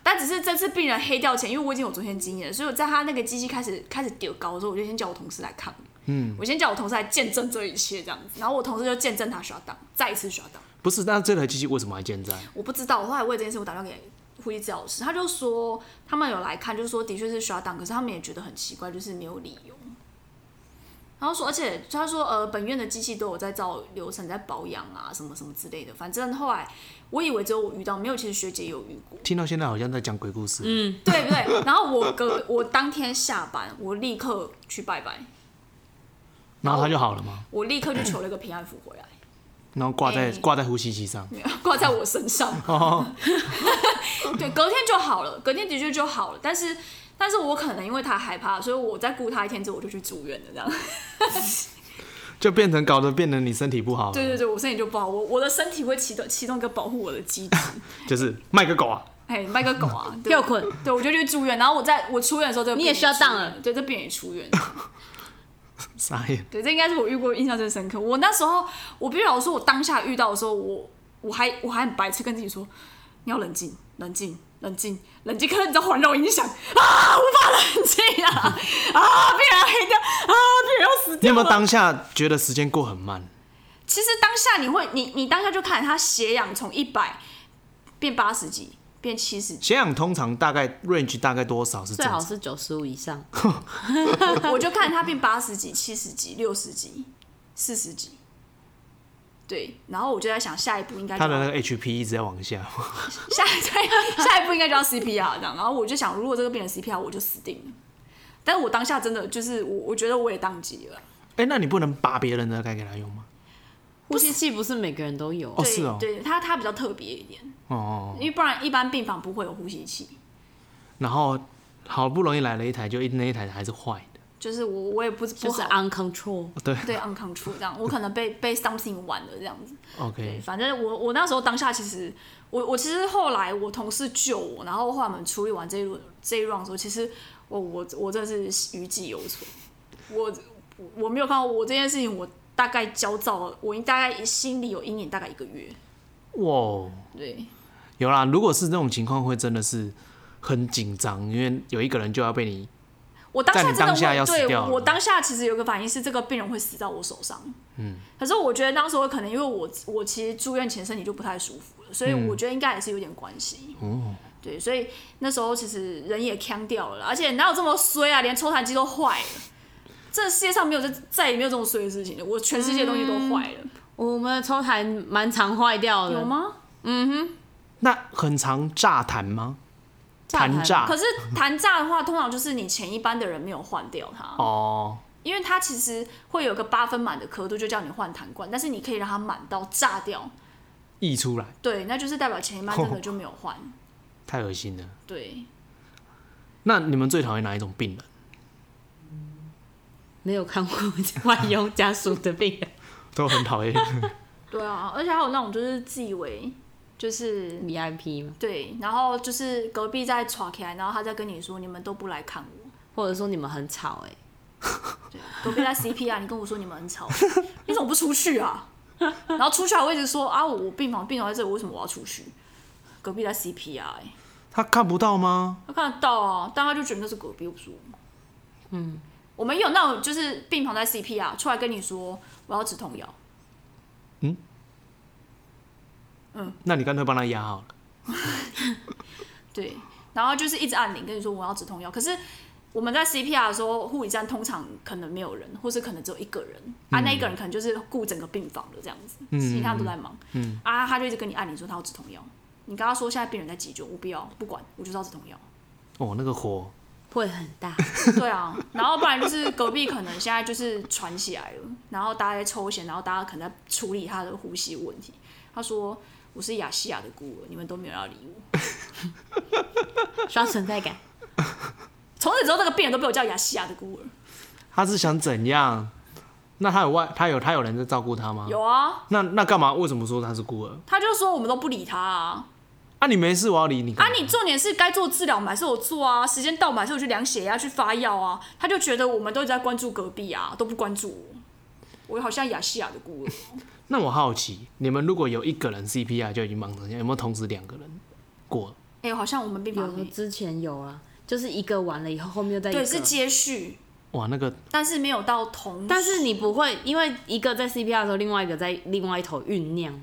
Speaker 5: 但只是这次病人黑掉前，因为我已经有昨天经验了，所以我在他那个机器开始开始丢高的时候，我就先叫我同事来看。嗯，我先叫我同事来见证这一切，这样子，然后我同事就见证他刷档，再一次刷档。
Speaker 4: 不是，那这台机器为什么还健在？
Speaker 5: 我不知道，我后来为这件事我打电话给护理治疗师，他就说他们有来看，就是说的确是刷档，可是他们也觉得很奇怪，就是没有理由。然后说，而且他说，呃，本院的机器都有在照流程在保养啊，什么什么之类的。反正后来我以为只有我遇到，没有，其实学姐也有遇 过。
Speaker 4: 听到现在好像在讲鬼故事。
Speaker 5: 对不对？然后我隔我当天下班，我立刻去拜拜，
Speaker 4: 然后它就好了吗？
Speaker 5: 我立刻就求了一个平安符回来，
Speaker 4: 然后挂在
Speaker 5: 哎
Speaker 4: 挂在呼吸机上。哦
Speaker 5: 没有挂在我身上。对，隔天就好了，隔天的确就好了。但是，但是我可能因为他害怕，所以我再顾他一天之后，我就去住院了。这
Speaker 6: 哦
Speaker 5: 样，
Speaker 4: 就变成搞得变成你身体不好，
Speaker 5: 对对对，我身体就不好，我我的身体会启动启动一个保护我的 机制。
Speaker 4: 就是卖个狗啊，
Speaker 5: 哎，卖个狗啊，对
Speaker 6: 跳困，
Speaker 5: 对我就去住院。然后我在我出院的时候，这个
Speaker 6: 你也
Speaker 5: 病人
Speaker 6: 需要
Speaker 5: 出
Speaker 6: 当
Speaker 5: 院
Speaker 6: 了
Speaker 5: 对，这病人也出院。
Speaker 4: 傻眼。
Speaker 5: 对，这应该是我遇过印象最深刻。我那时候，我必须老实说，我当下遇到的时候，我我还我还很白痴，跟自己说，你要冷静，冷静，冷静，冷静。可是你知道环绕音响啊，无法冷静啊， 啊，病人黑掉，啊，病人要死
Speaker 4: 你有
Speaker 5: 掉
Speaker 4: 没有
Speaker 5: 了。
Speaker 4: 当下觉得时间过很慢？
Speaker 5: 其实当下你会，你你当下就看他血氧从一百变八十几，变七十几，
Speaker 4: 血氧通常大概 range 大概多少是正
Speaker 6: 最好
Speaker 4: 常？
Speaker 6: 是九十五以上。
Speaker 5: 我就看他变八十几、七十几、六十几、四十几。对，然后我就在想，下一步应该就
Speaker 4: 他的
Speaker 5: 要
Speaker 4: 那个 HP 一直在往下，
Speaker 5: 下对下一步应该就要 CPR 这样。然后我就想，如果这个病人 CPR，我就死定了。但是我当下真的就是我，我觉得我也宕机了。
Speaker 4: 哎、那你不能拔别人的该给他用吗？
Speaker 6: 呼吸器不是每个人都有，
Speaker 4: 哦
Speaker 5: 对、
Speaker 4: 是哦
Speaker 5: 对，他他比较特别一点，
Speaker 4: 哦哦，哦
Speaker 5: 因为不然一般病房不会有呼吸器。
Speaker 4: 然后好不容易来了一台，就一那一台还是坏的，
Speaker 5: 就是我我也不是不
Speaker 6: 就是
Speaker 5: 好
Speaker 6: on control。
Speaker 4: 哦对
Speaker 5: 对 uncontrol 这样，我可能被被 something 玩了这样子。对，
Speaker 4: ，OK，
Speaker 5: 反正我我那时候当下其实我我其实后来我同事救我，然后后来我们处理完这一轮这一 round 的时候，其实我我我真的是余悸犹存，我我没有看到我这件事情，我大概焦躁了，我大概心里有阴影大概一个月，
Speaker 4: 哇哦，
Speaker 5: 对
Speaker 4: 有啦，如果是这种情况，会真的是很紧张，因为有一个人就要被你，
Speaker 5: 我当下
Speaker 4: 在
Speaker 5: 真
Speaker 4: 你
Speaker 5: 的
Speaker 4: 当下要
Speaker 5: 我
Speaker 4: 死
Speaker 5: 对
Speaker 4: 掉
Speaker 5: 我
Speaker 4: 了
Speaker 5: 我当下其实有个反应是这个病人会死在我手上，嗯，可是我觉得当时我可能因为我我其实住院前身体就不太舒服了，所以我觉得应该也是有点关系，
Speaker 4: 嗯哦，
Speaker 5: 对，所以那时候其实人也呛掉了啦，而且哪有这么衰啊，连抽痰机都坏了。这世界上没有再再也没有这种衰的事情了，我全世界的东西都坏
Speaker 4: 嗯
Speaker 5: 了，
Speaker 6: 我们的抽台蛮常坏掉的，
Speaker 5: 有吗？
Speaker 4: 那很常炸弹吗？
Speaker 6: 炸弹
Speaker 4: 弹炸
Speaker 5: 可是弹炸的话，通常就是你前一班的人没有换掉它，
Speaker 4: 哦，
Speaker 5: 因为它其实会有个八分满的刻度，就叫你换弹罐，但是你可以让它满到炸掉，
Speaker 4: 溢出来，
Speaker 5: 对，那就是代表前一班真的就没有换，
Speaker 4: 太恶心了。
Speaker 5: 对，
Speaker 4: 那你们最讨厌哪一种病人？
Speaker 6: 没有看过外佣家属的病 人，
Speaker 4: 都很讨 厌。
Speaker 5: 对啊，而且还有那种就是自以为就是。
Speaker 6: 嗯 VIP 嘛，
Speaker 5: 对，然后就是隔壁在吵起来，然后他再跟你说你们都不来看我，
Speaker 6: 或者说你们很吵哎、
Speaker 5: 隔壁在 CP 啊，你跟我说你们很吵，你怎么不出去啊？然后出去还会一直说啊，我我病房病房在这里，为什么我要出去？隔壁在 CP 啊、欸，
Speaker 4: 他看不到吗？
Speaker 5: 他看得到啊，但他就觉得那是隔壁，又不是我。嗯，我们有那种就是病房在 CP 啊，出来跟你说我要止痛药，
Speaker 4: 那你干脆帮他压好了。
Speaker 5: 对，然后就是一直按铃跟你说我要止痛药，可是我们在 CPR 的时候，护理站通常可能没有人，或是可能只有一个人，啊，那一个人可能就是顾整个病房的这样子，其他人都在忙，嗯，啊，他就一直跟你按铃说他要止痛药，你跟他说现在病人在急救，我不要，不管，我就是要止痛药，
Speaker 4: 哦，那个火，
Speaker 6: 会很大。
Speaker 5: 对啊，然后不然就是隔壁可能现在就是传起来了，然后大家在抽血，然后大家可能在处理他的呼吸问题，他说。我是雅西亚的孤儿，你们都没有要理我。
Speaker 6: 刷存在感。
Speaker 5: 从此之后，那个病人都被我叫雅西亚的孤 儿。
Speaker 4: 他是想怎样？那他有外，他有他有人在照顾他吗？
Speaker 5: 有啊，
Speaker 4: 那那干嘛？为什么说他是孤儿？
Speaker 5: 他就说我们都不理他啊，
Speaker 4: 啊，你没事，我要理你干
Speaker 5: 啊
Speaker 4: 嘛。，
Speaker 5: 你重点是该做治疗，我们还是有做啊，时间到，我们还是有去量血压、去发药啊。他就觉得我们都一直在关注隔壁啊，都不关注我，我好像亚细亚的孤儿。
Speaker 4: 那我好奇，你们如果有一个人 CPR 就已经忙成这样，有没有同时两个人过？
Speaker 5: 哎、好像我们并没
Speaker 6: 有
Speaker 5: 有，
Speaker 6: 之前有啊，就是一个完了以后，后面又再一个。
Speaker 5: 对，是接续，
Speaker 4: 哇，那个
Speaker 5: 但是没有到同时，
Speaker 6: 但是你不会，因为一个在 CPR 的时候，另外一个在另外一头酝酿，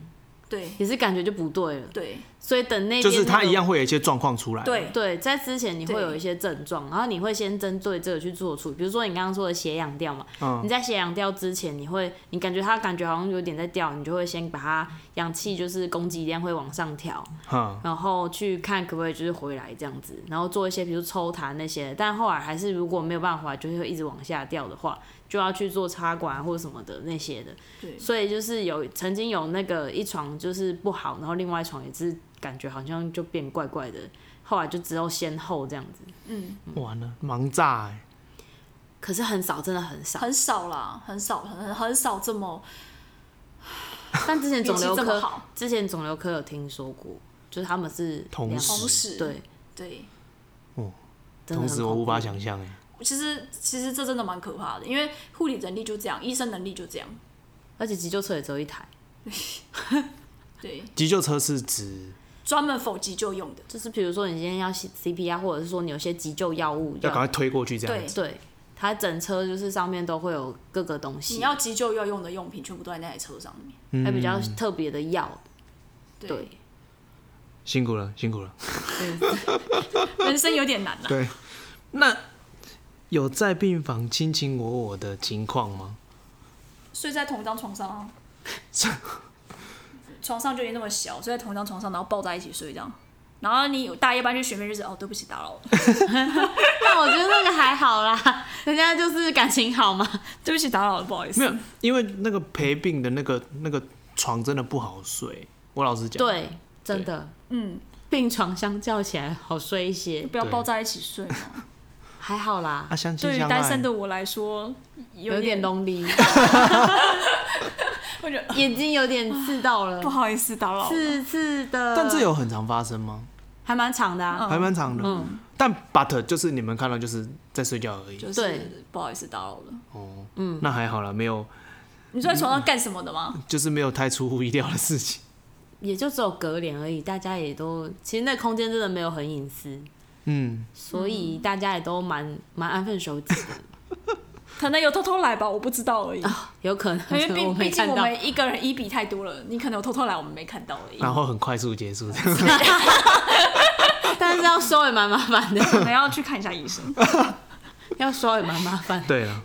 Speaker 5: 对
Speaker 6: 也是感觉就不对了。
Speaker 5: 对
Speaker 6: 所以等那边
Speaker 4: 就是
Speaker 6: 那
Speaker 4: 它
Speaker 6: 个
Speaker 4: 一样会有一些状况出来。，
Speaker 5: 对
Speaker 6: 对，在之前你会
Speaker 5: 对
Speaker 6: 有一些症状，然后你会先针对这个去做处理，比如说你刚刚说的血氧掉嘛，
Speaker 4: 嗯
Speaker 6: 你在血氧掉之前，你会你感觉它感觉好像有点在掉，你就会先把它氧气就是供给量会往上调，
Speaker 4: 嗯，
Speaker 6: 然后去看可不可以就是回来这样子，然后做一些比如抽痰那些，但后来还是如果没有办法，就是会一直往下掉的话，就要去做插管或者什么的那些的。
Speaker 5: 对
Speaker 6: 所以就是有曾经有那个一床就是不好，然后另外一床也是感觉好像就变怪怪的，后来就只有先后这样子，
Speaker 4: 完了，盲炸、欸，
Speaker 6: 可是很少，真的很少。
Speaker 5: 很少啦，很少，很很少这么
Speaker 6: 但之前肿瘤
Speaker 5: 运气这么
Speaker 6: 科
Speaker 5: 好
Speaker 6: 之前肿瘤科有听说过，就是他们是
Speaker 4: 同
Speaker 6: 两
Speaker 4: 时
Speaker 5: 同时，
Speaker 6: 对，
Speaker 5: 对，
Speaker 6: 真的
Speaker 4: 同
Speaker 6: 很
Speaker 4: 时我
Speaker 6: 恐
Speaker 4: 无法
Speaker 6: 怖
Speaker 4: 想象哎、
Speaker 5: 其实其实这真的蛮可怕的，因为护理能力就这样，医生能力就这样，
Speaker 6: 而且急救车也只有一台，
Speaker 5: 对，
Speaker 4: 急救车是指
Speaker 5: 专门否急救用的，
Speaker 6: 就是比如说你今天要 C C P R，或者是说你有些急救药物
Speaker 4: 要赶快推过去这样
Speaker 5: 对
Speaker 4: 子。，
Speaker 6: 对，它整车就是上面都会有各个东
Speaker 5: 你
Speaker 6: 西，
Speaker 5: 嗯要急救要用的用品全部都在那台车上面，
Speaker 6: 还比较
Speaker 4: 嗯
Speaker 6: 特别的药，
Speaker 5: 对，
Speaker 6: 对，
Speaker 4: 辛苦了，辛苦了。
Speaker 5: 人生有点难啊啦，
Speaker 4: 对，那有在病房卿卿我我的情况吗？
Speaker 5: 睡在同一张床上啊，床上就已经那么小，睡在同一张床上，然后抱在一起睡这样。然后你有大夜班去学妹就是哦，对不起打扰了，
Speaker 6: 但我觉得那个还好啦，人家就是感情好嘛。
Speaker 5: 对不起打扰了，不好意思。
Speaker 4: 没有，因为那个陪病的那个那个床真的不好睡。我老实讲，，
Speaker 6: 对，真的，
Speaker 5: 嗯，
Speaker 6: 病床相较起来好睡一些，
Speaker 5: 不要
Speaker 4: 对
Speaker 5: 抱在一起睡嘛。
Speaker 6: 还好啦
Speaker 4: 啊，，相亲
Speaker 5: 对于
Speaker 4: 相
Speaker 5: 单身
Speaker 4: 爱，
Speaker 5: 的我来说，
Speaker 6: 有点
Speaker 5: 点
Speaker 6: lonely，
Speaker 5: 我觉得
Speaker 6: 眼睛有点刺到了
Speaker 5: 不，好意思打扰了。
Speaker 6: 刺刺的，
Speaker 4: 但这有很常发生吗？
Speaker 6: 还蛮长的
Speaker 5: 嗯哦
Speaker 6: 啊。
Speaker 4: 还蛮长的。但 but 就是你们看到就是在睡觉而已。
Speaker 5: 就
Speaker 6: 对
Speaker 5: 是不好意思打扰了。
Speaker 4: 哦，嗯，那还好啦，没有
Speaker 5: 你坐在床上干什么的吗？
Speaker 4: 就是没有太出乎意料的事情。
Speaker 6: 也就只有隔帘而已，大家也都其实那空间真的没有很隐私，
Speaker 4: 嗯，
Speaker 6: 所以大家也都蛮蛮安分守己的，
Speaker 5: 可能有偷偷来吧，我不知道而已。
Speaker 6: 有可能
Speaker 5: 因为毕
Speaker 6: 我没
Speaker 5: 毕竟
Speaker 6: 看
Speaker 5: 哦我
Speaker 6: 到，
Speaker 5: 们一个人一比太多了，你可能有偷偷来，我们没看到而已。
Speaker 4: 然后很快速结束。
Speaker 6: 但是要收也蛮麻烦的，
Speaker 5: 可能要去看一下医生。
Speaker 6: 要收也蛮麻烦。
Speaker 4: 对了，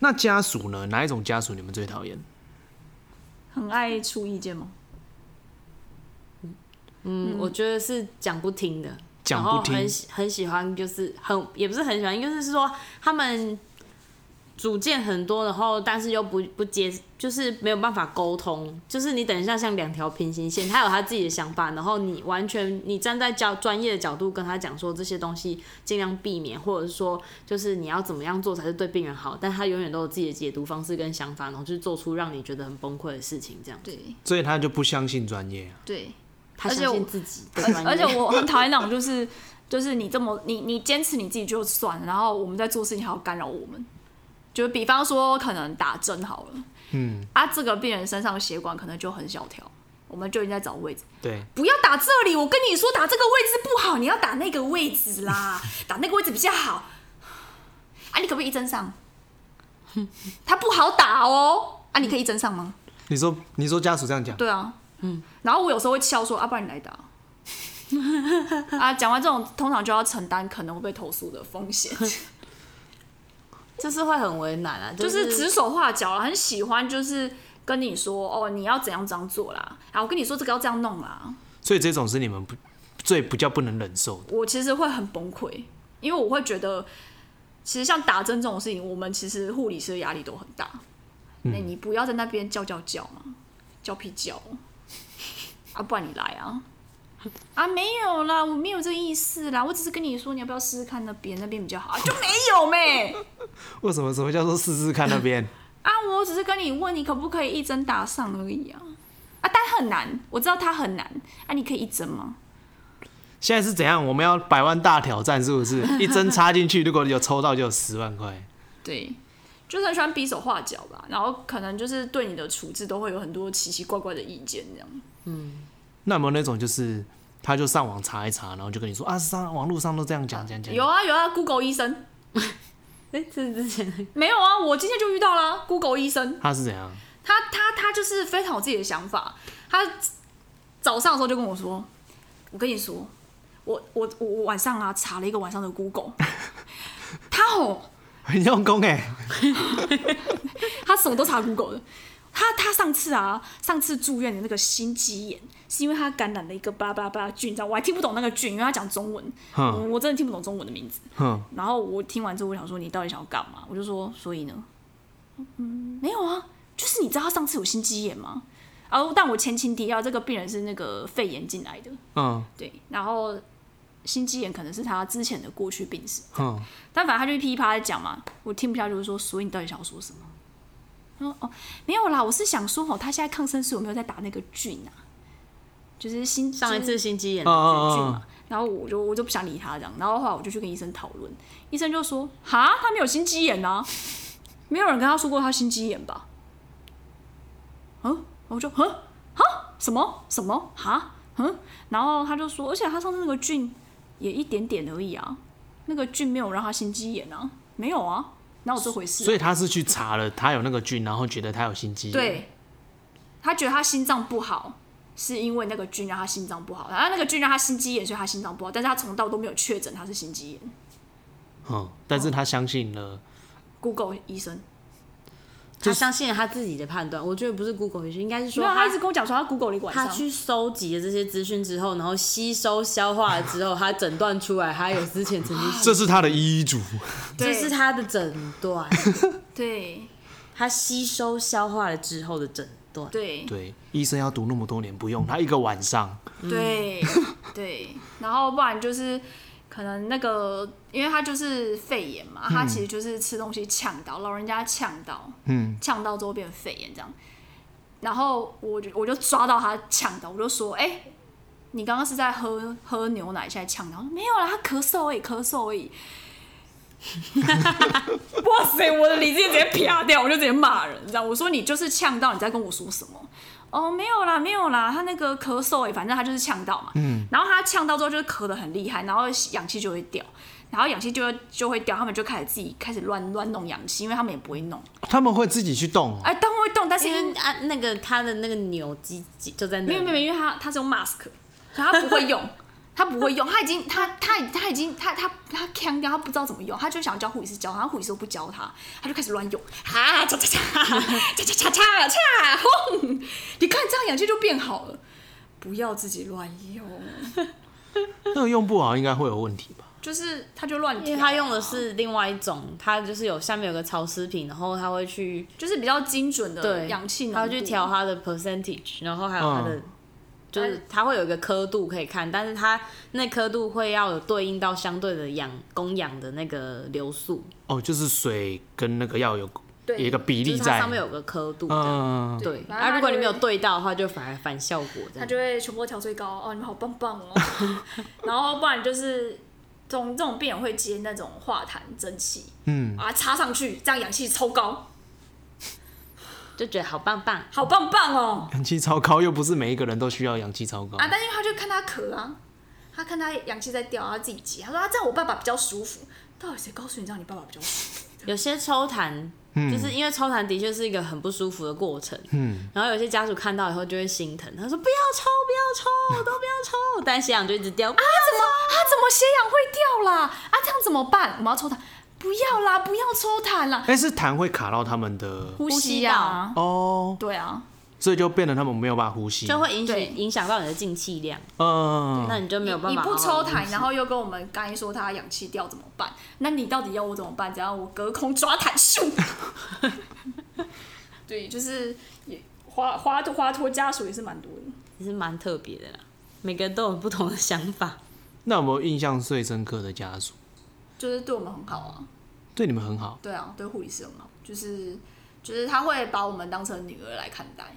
Speaker 4: 那家属呢？哪一种家属你们最讨厌？
Speaker 5: 很爱出意见吗？
Speaker 6: 嗯，我觉得是讲不听的，
Speaker 4: 讲不听
Speaker 6: 然后很喜很喜欢，就是很也不是很喜欢，就是说他们主见很多，然后但是又不不接，就是没有办法沟通，就是你等一下像两条平行线，他有他自己的想法，然后你完全你站在教专业的角度跟他讲说这些东西尽量避免，或者是说就是你要怎么样做才是对病人好，但他永远都有自己的解读方式跟想法，然后就做出让你觉得很崩溃的事情，这样
Speaker 5: 对
Speaker 4: 所以他就不相信专业啊。
Speaker 5: 对，
Speaker 6: 他
Speaker 5: 而且
Speaker 6: 相信
Speaker 5: 我
Speaker 6: 自己的专业，
Speaker 5: 而且我很讨厌那种就是就是你这么你你坚持你自己就算了，然后我们在做事情还要干扰我们。就比方说，可能打针好了，嗯，啊，这个病人身上的血管可能就很小条，我们就应该找位置。
Speaker 4: 对，
Speaker 5: 不要打这里，我跟你说打这个位置不好，你要打那个位置 啦，打那个位置比较好。啊，你可不可以一针 上？它不好打哦。啊，你可以一针上吗？
Speaker 4: 你说你说家属这样讲，
Speaker 5: 对啊，嗯。然后我有时候会笑说，啊，不然你来 打。啊，讲完这种，通常就要承担可能会被投诉的风 险，
Speaker 6: 就是会很为难啊，
Speaker 5: 就是指手画脚啦，很喜欢就是跟你说，哦，你要怎样怎样做啦，啊，我跟你说这个要这样弄啦，
Speaker 4: 所以这种是你们不最不叫不能忍受的。
Speaker 5: 我其实会很崩溃，因为我会觉得，其实像打针这种事情，我们其实护理师的压力都很大。那、你不要在那边叫叫叫嘛，叫屁叫， 啊，不然你来啊。啊，没有啦，我没有这个意思啦，我只是跟你说，你要不要试试看那边，那边比较好，啊、就没有咩。
Speaker 4: 为什么什么叫做试试看那边？
Speaker 5: 啊，我只是跟你问，你可不可以一针打上而已啊？啊，但很难，我知道它很难。啊，你可以一针吗？
Speaker 4: 现在是怎样？我们要百万大挑战是不是？ 一针插进去，如果有抽到就有十万块。
Speaker 5: 对，就是很喜欢比手画脚吧，然后可能就是对你的处置都会有很多奇奇怪怪的意见这样。
Speaker 4: 那有没有那种就是他就上网查一查，然后就跟你说啊，上网络上都这样讲讲讲。
Speaker 5: 有啊有啊，Google 医生
Speaker 6: 哎，这是之前
Speaker 5: 没有啊，我今天就遇到了 Google 医生，
Speaker 4: 他是怎样？
Speaker 5: 他他他就是非常有自己的想法。他早上的时候就跟我说：“我跟你说，我我我我晚上啊查了一个晚上的 Google，他哦，
Speaker 4: 很用功哎、
Speaker 5: 他什么都查 Google 的。他他上次啊，上次住院的那个心肌炎，是因为他感染了一个巴巴巴菌，你知道我还听不懂那个菌，因为他讲中文，
Speaker 4: 哼
Speaker 5: 我我真的听不懂中文的名字。
Speaker 4: 哼，
Speaker 5: 然后我听完之后，我想说你到底想要干嘛？我就说，所以呢，嗯，没有啊，就是你知道他上次有心肌炎吗？然后但我前情提要，这个病人是那个肺炎进来的，
Speaker 4: 嗯
Speaker 5: 对，然后心肌炎可能是他之前的过去病史，
Speaker 4: 哼，
Speaker 5: 但反正他就噼里啪啦地讲嘛，我听不下去，就说，所以你到底想要说什么？他说哦，没有啦，我是想说哦，他现在抗生素有没有在打那个菌啊？就是心
Speaker 6: 上一次心肌炎
Speaker 4: 嗯，
Speaker 5: 剧
Speaker 4: 嗯
Speaker 5: 嘛。然后我就我就不想理他这样，然后后来我就去跟医生讨论，医生就说：“哈，他没有心肌炎啊，没有人跟他说过他心肌炎吧？”嗯，我就哼哈什么什么哈嗯，然后他就说，而且他上次那个菌也一点点而已啊，那个菌没有让他心肌炎啊，没有啊，哪有这回事啊、
Speaker 4: 所以他是去查了，他有那个菌，然后觉得他有心肌炎。，
Speaker 5: 对，他觉得他心脏不好，是因为那个菌让他心脏不好，然后那个菌让他心肌炎，所以他心脏不好，但是他从到都没有确诊他是心肌炎。
Speaker 4: 嗯，但是他相信
Speaker 5: 哦
Speaker 4: 了，
Speaker 5: Google 医生，
Speaker 6: 他相信了他自己的判断。我觉得不是 Google 医生，应该是
Speaker 5: 没
Speaker 6: 说
Speaker 5: 有，他
Speaker 6: 他
Speaker 5: 一直跟我讲说他 Google 了一个晚
Speaker 6: 他
Speaker 5: 上，
Speaker 6: 去收集了这些资讯之后，然后吸收消化了之后，他诊断出来他有之前曾经，
Speaker 4: 这是他的医嘱。
Speaker 6: 这
Speaker 5: 对
Speaker 6: 是他的诊断，
Speaker 5: 对
Speaker 6: 他吸收消化了之后的诊断。
Speaker 5: 对
Speaker 4: 对，医生要读那么多年不用，他一个晚上。
Speaker 5: 对对，然后不然就是可能那个，因为他就是肺炎嘛，他其实就是吃东西呛到，老人家呛到，
Speaker 4: 嗯，
Speaker 5: 呛到之后变肺炎这样。然后我就我就抓到他呛到，我就说，哎、你刚刚是在喝喝牛奶，现在呛到？他说没有啦，他咳嗽而已，咳嗽而已。哇塞！我的理智直接啪掉，我就直接骂人，你知道？我说你就是呛到，你在跟我说什么？哦，没有啦，没有啦，他那个咳嗽哎，反正他就是呛到嘛。嗯。然后他呛到之后就是咳得很厉害，然后氧气就会掉，然后氧气就会就会掉，他们就开始自己开始乱乱弄氧气，因为他们也不会弄。
Speaker 4: 他们会自己去动哦、
Speaker 5: 哎，当然会动，但是
Speaker 6: 因
Speaker 5: 因为
Speaker 6: 为啊，那个他的那个扭机机就在那
Speaker 5: 没
Speaker 6: 里，
Speaker 5: 有没有，因为他他是用 mask，所以他不会用，他不会用，他已经他他他已经他他他呛掉，他不知道怎么用，他就想教护士教他，然后护士都不教他，他就开始乱用，啊，叉叉叉叉叉叉叉叉，轰！你看这样氧气就变好了，不要自己乱用，
Speaker 4: 那个用不好应该会有问题吧？
Speaker 5: 就是他就乱调啊，
Speaker 6: 因为他用的是另外一种，他就是有下面有个潮湿品，然后他会去
Speaker 5: 就是比较精准的
Speaker 6: 对
Speaker 5: 氧气浓度，
Speaker 6: 他会去调它的 percentage，然后还有它的、
Speaker 4: 嗯
Speaker 6: 就是它会有一个刻度可以看，但是它那刻度会要有对应到相对的氧供氧的那个流速，
Speaker 4: 哦，就是水跟那个药有有一个比
Speaker 6: 就
Speaker 4: 例
Speaker 6: 是它
Speaker 4: 在。
Speaker 6: 上面有个刻度这样。
Speaker 4: 嗯，
Speaker 6: 对，
Speaker 5: 反正
Speaker 6: 啊，
Speaker 5: 它
Speaker 6: 如果
Speaker 5: 就
Speaker 6: 你没有
Speaker 5: 会
Speaker 6: 对到的话，就反而反效果这
Speaker 5: 他
Speaker 6: 样。
Speaker 5: 就会全部调最高哦，你们好棒棒 哦。然后不然就是这种这种病人会接那种化痰蒸汽，嗯啊插上去，这样氧气超高，
Speaker 6: 就觉得好棒棒，
Speaker 5: 好棒棒哦
Speaker 4: 氧气超高又不是每一个人都需要氧气超高。
Speaker 5: 啊！但因为他就看他咳啊，他看他氧气在掉，他自己接，他说啊这样我爸爸比较舒服。到底谁告诉你这样你爸爸比较舒服？
Speaker 6: 有些抽痰，
Speaker 4: 嗯
Speaker 6: 就是因为抽痰的确是一个很不舒服的过程，嗯，然后有些家属看到以后就会心疼，他说不要抽，不要抽，都不要抽，但血氧就一直掉，
Speaker 5: 啊怎么啊怎么血氧会掉啦？啊这样怎么办？我们要抽痰？不要啦，不要抽痰啦，
Speaker 4: 哎、是痰会卡到他们的
Speaker 5: 呼
Speaker 6: 吸
Speaker 5: 吸啊，
Speaker 4: 哦，
Speaker 5: 对啊，
Speaker 4: 所以就变得他们没有办法呼吸。
Speaker 6: 就会影响
Speaker 5: 对
Speaker 6: 影响到你的进气量，
Speaker 4: 嗯，
Speaker 6: 那你就没有办
Speaker 5: 你
Speaker 6: 法好好哦
Speaker 5: 不
Speaker 6: 呼吸。
Speaker 5: 抽痰，然后又跟我们刚才说他氧气掉怎么办？那你到底要我怎么办？只要我隔空抓痰术。 对，就是也花花花托家属也是蛮多的。
Speaker 6: 也是蛮特别的啦，每个人都有不同的想法。
Speaker 4: 那有没有印象最深刻的家属？
Speaker 5: 就是对我们很好啊，
Speaker 4: 对你们很好，
Speaker 5: 对啊，对护理师很好，就是就是他会把我们当成女儿来看待，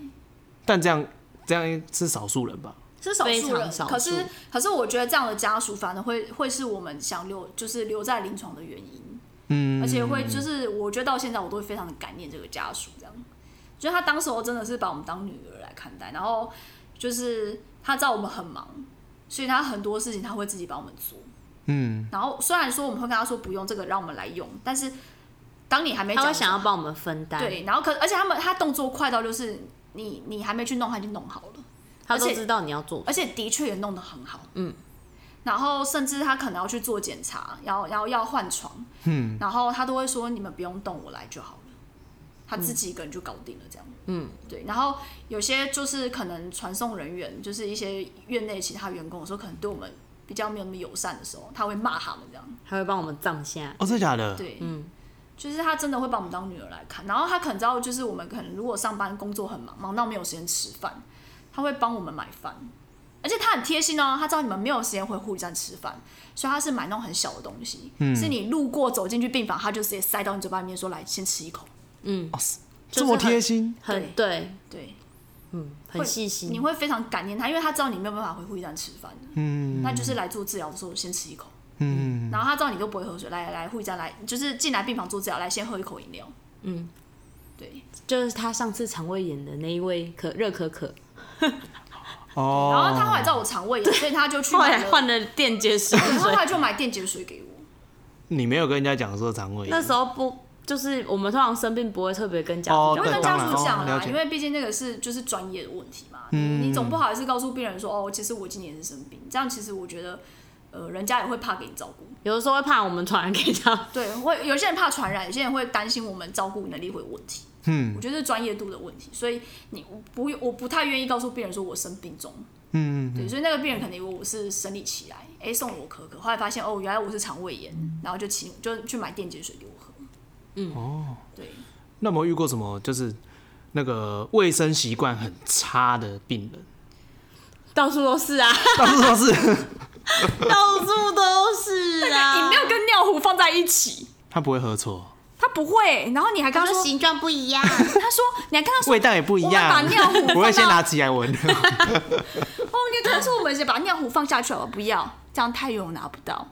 Speaker 4: 但这样这样是少数人吧？
Speaker 5: 是少
Speaker 6: 非
Speaker 5: 数
Speaker 6: 常
Speaker 5: 人，
Speaker 6: 少
Speaker 5: 可是
Speaker 6: 数
Speaker 5: 可是我觉得这样的家属反而会会是我们想留就是留在临床的原因。
Speaker 4: 嗯
Speaker 5: 而，且会就是我觉得到现在我都会非常的感念这个家属，这样，就是他当时候真的是把我们当女儿来看待，然后就是他知道我们很忙，所以他很多事情他会自己帮我们做。
Speaker 4: 嗯，
Speaker 5: 然后虽然说我们会跟他说不用这个，让我们来用，但是当你还 没
Speaker 6: 他
Speaker 5: 讲的
Speaker 6: 会
Speaker 5: 时候，
Speaker 6: 想要帮我们分担，
Speaker 5: 对，然后可而且他们他动作快到就是你你还没去弄，他已经弄好了，
Speaker 6: 他都
Speaker 5: 而且
Speaker 6: 知道你要做。
Speaker 5: 而且的确也弄得很好，
Speaker 6: 嗯。
Speaker 5: 然后甚至他可能要去做检查，然后然后要换床，嗯，然后他都会说你们不用动，我来就好了，他自己一个人就搞定了这样，
Speaker 6: 嗯，
Speaker 5: 对。然后有些就是可能传送人员，就是一些院内其他员工，有时候可能对我们比较没有那么友善的时候，他会骂他们这样，
Speaker 6: 他会帮我们藏下。
Speaker 4: 哦，真的假的？
Speaker 5: 对，
Speaker 6: 嗯，
Speaker 5: 就是他真的会把我们当女儿来看，然后他可能知道，就是我们可能如果上班工作很忙，忙到没有时间吃饭，他会帮我们买饭，而且他很贴心哦，他知道你们没有时间回护理站吃饭，所以他是买那种很小的东西，
Speaker 6: 嗯
Speaker 5: 是你路过走进去病房，他就直接塞到你嘴巴里面说来先吃一口，
Speaker 4: 这么贴心，
Speaker 6: 很对，嗯
Speaker 5: 对，
Speaker 6: 很细心。
Speaker 5: 你会非常感念他，因为他知道你没有办法回护理站吃饭的，嗯，那就是来做治疗的时候先吃一口，嗯，然后他知道你都不会喝水，来来来护理站来，就是进来病房做治疗来先喝一口饮料，
Speaker 6: 嗯，
Speaker 5: 对。
Speaker 6: 就是他上次肠胃炎的那一位可热可可，
Speaker 4: 哦，
Speaker 5: 然后他后来知道我肠胃炎，所以他就去
Speaker 6: 后
Speaker 5: 买
Speaker 6: 来
Speaker 5: 了，
Speaker 6: 换了电解食
Speaker 5: 他后
Speaker 6: 水。
Speaker 5: 来就买电解水给我。
Speaker 4: 你没有跟人家讲说肠胃炎，
Speaker 6: 那时候不就是我们通常生病不会特别跟家
Speaker 4: 哦
Speaker 5: 因
Speaker 6: 属讲
Speaker 5: 为
Speaker 4: 对
Speaker 5: 跟
Speaker 4: 当
Speaker 5: 家
Speaker 4: 然
Speaker 5: 属讲
Speaker 4: 哦了
Speaker 5: 啦，
Speaker 4: 解嗯
Speaker 5: 因为毕竟那个是就是专业的问题嘛，你你总不好意思告诉病人说哦，其实我今年是生病，这样其实我觉得呃，人家也会怕给你照顾，
Speaker 6: 有的时候会怕我们传染给 他。
Speaker 5: 对，会有些人怕传染，有些人会担心我们照顾能力会有问题，
Speaker 4: 嗯
Speaker 5: 我觉得是专业度的问题，所以你我不我不太愿意告诉病人说我生病中，
Speaker 4: 嗯，
Speaker 5: 对，所以那个病人可能以为我是生理期来，哎、送我可可，后来发现哦，原来我是肠胃炎，
Speaker 6: 嗯
Speaker 5: 然后就请就去买电解水给我喝，
Speaker 4: 哦，
Speaker 5: 对。
Speaker 4: 那有没有遇过什么就是那个卫生习惯很差的病人？
Speaker 6: 到处都是啊，
Speaker 4: 到处都是，
Speaker 6: 到处都是 啊。
Speaker 5: 饮料跟尿壶放在一起，
Speaker 4: 他不会喝错，
Speaker 5: 他不会。然后你还跟他
Speaker 6: 他说
Speaker 5: 说，
Speaker 6: 形状不一样，
Speaker 5: 他说你还跟他说，
Speaker 4: 味道也不一
Speaker 5: 我
Speaker 4: 样
Speaker 5: 们把尿 壶。
Speaker 4: 我会先
Speaker 5: 放到
Speaker 4: 拿起来闻，
Speaker 5: 哦，你还跟他说我们先把尿壶放下去好了，不要，这样太远我拿不到。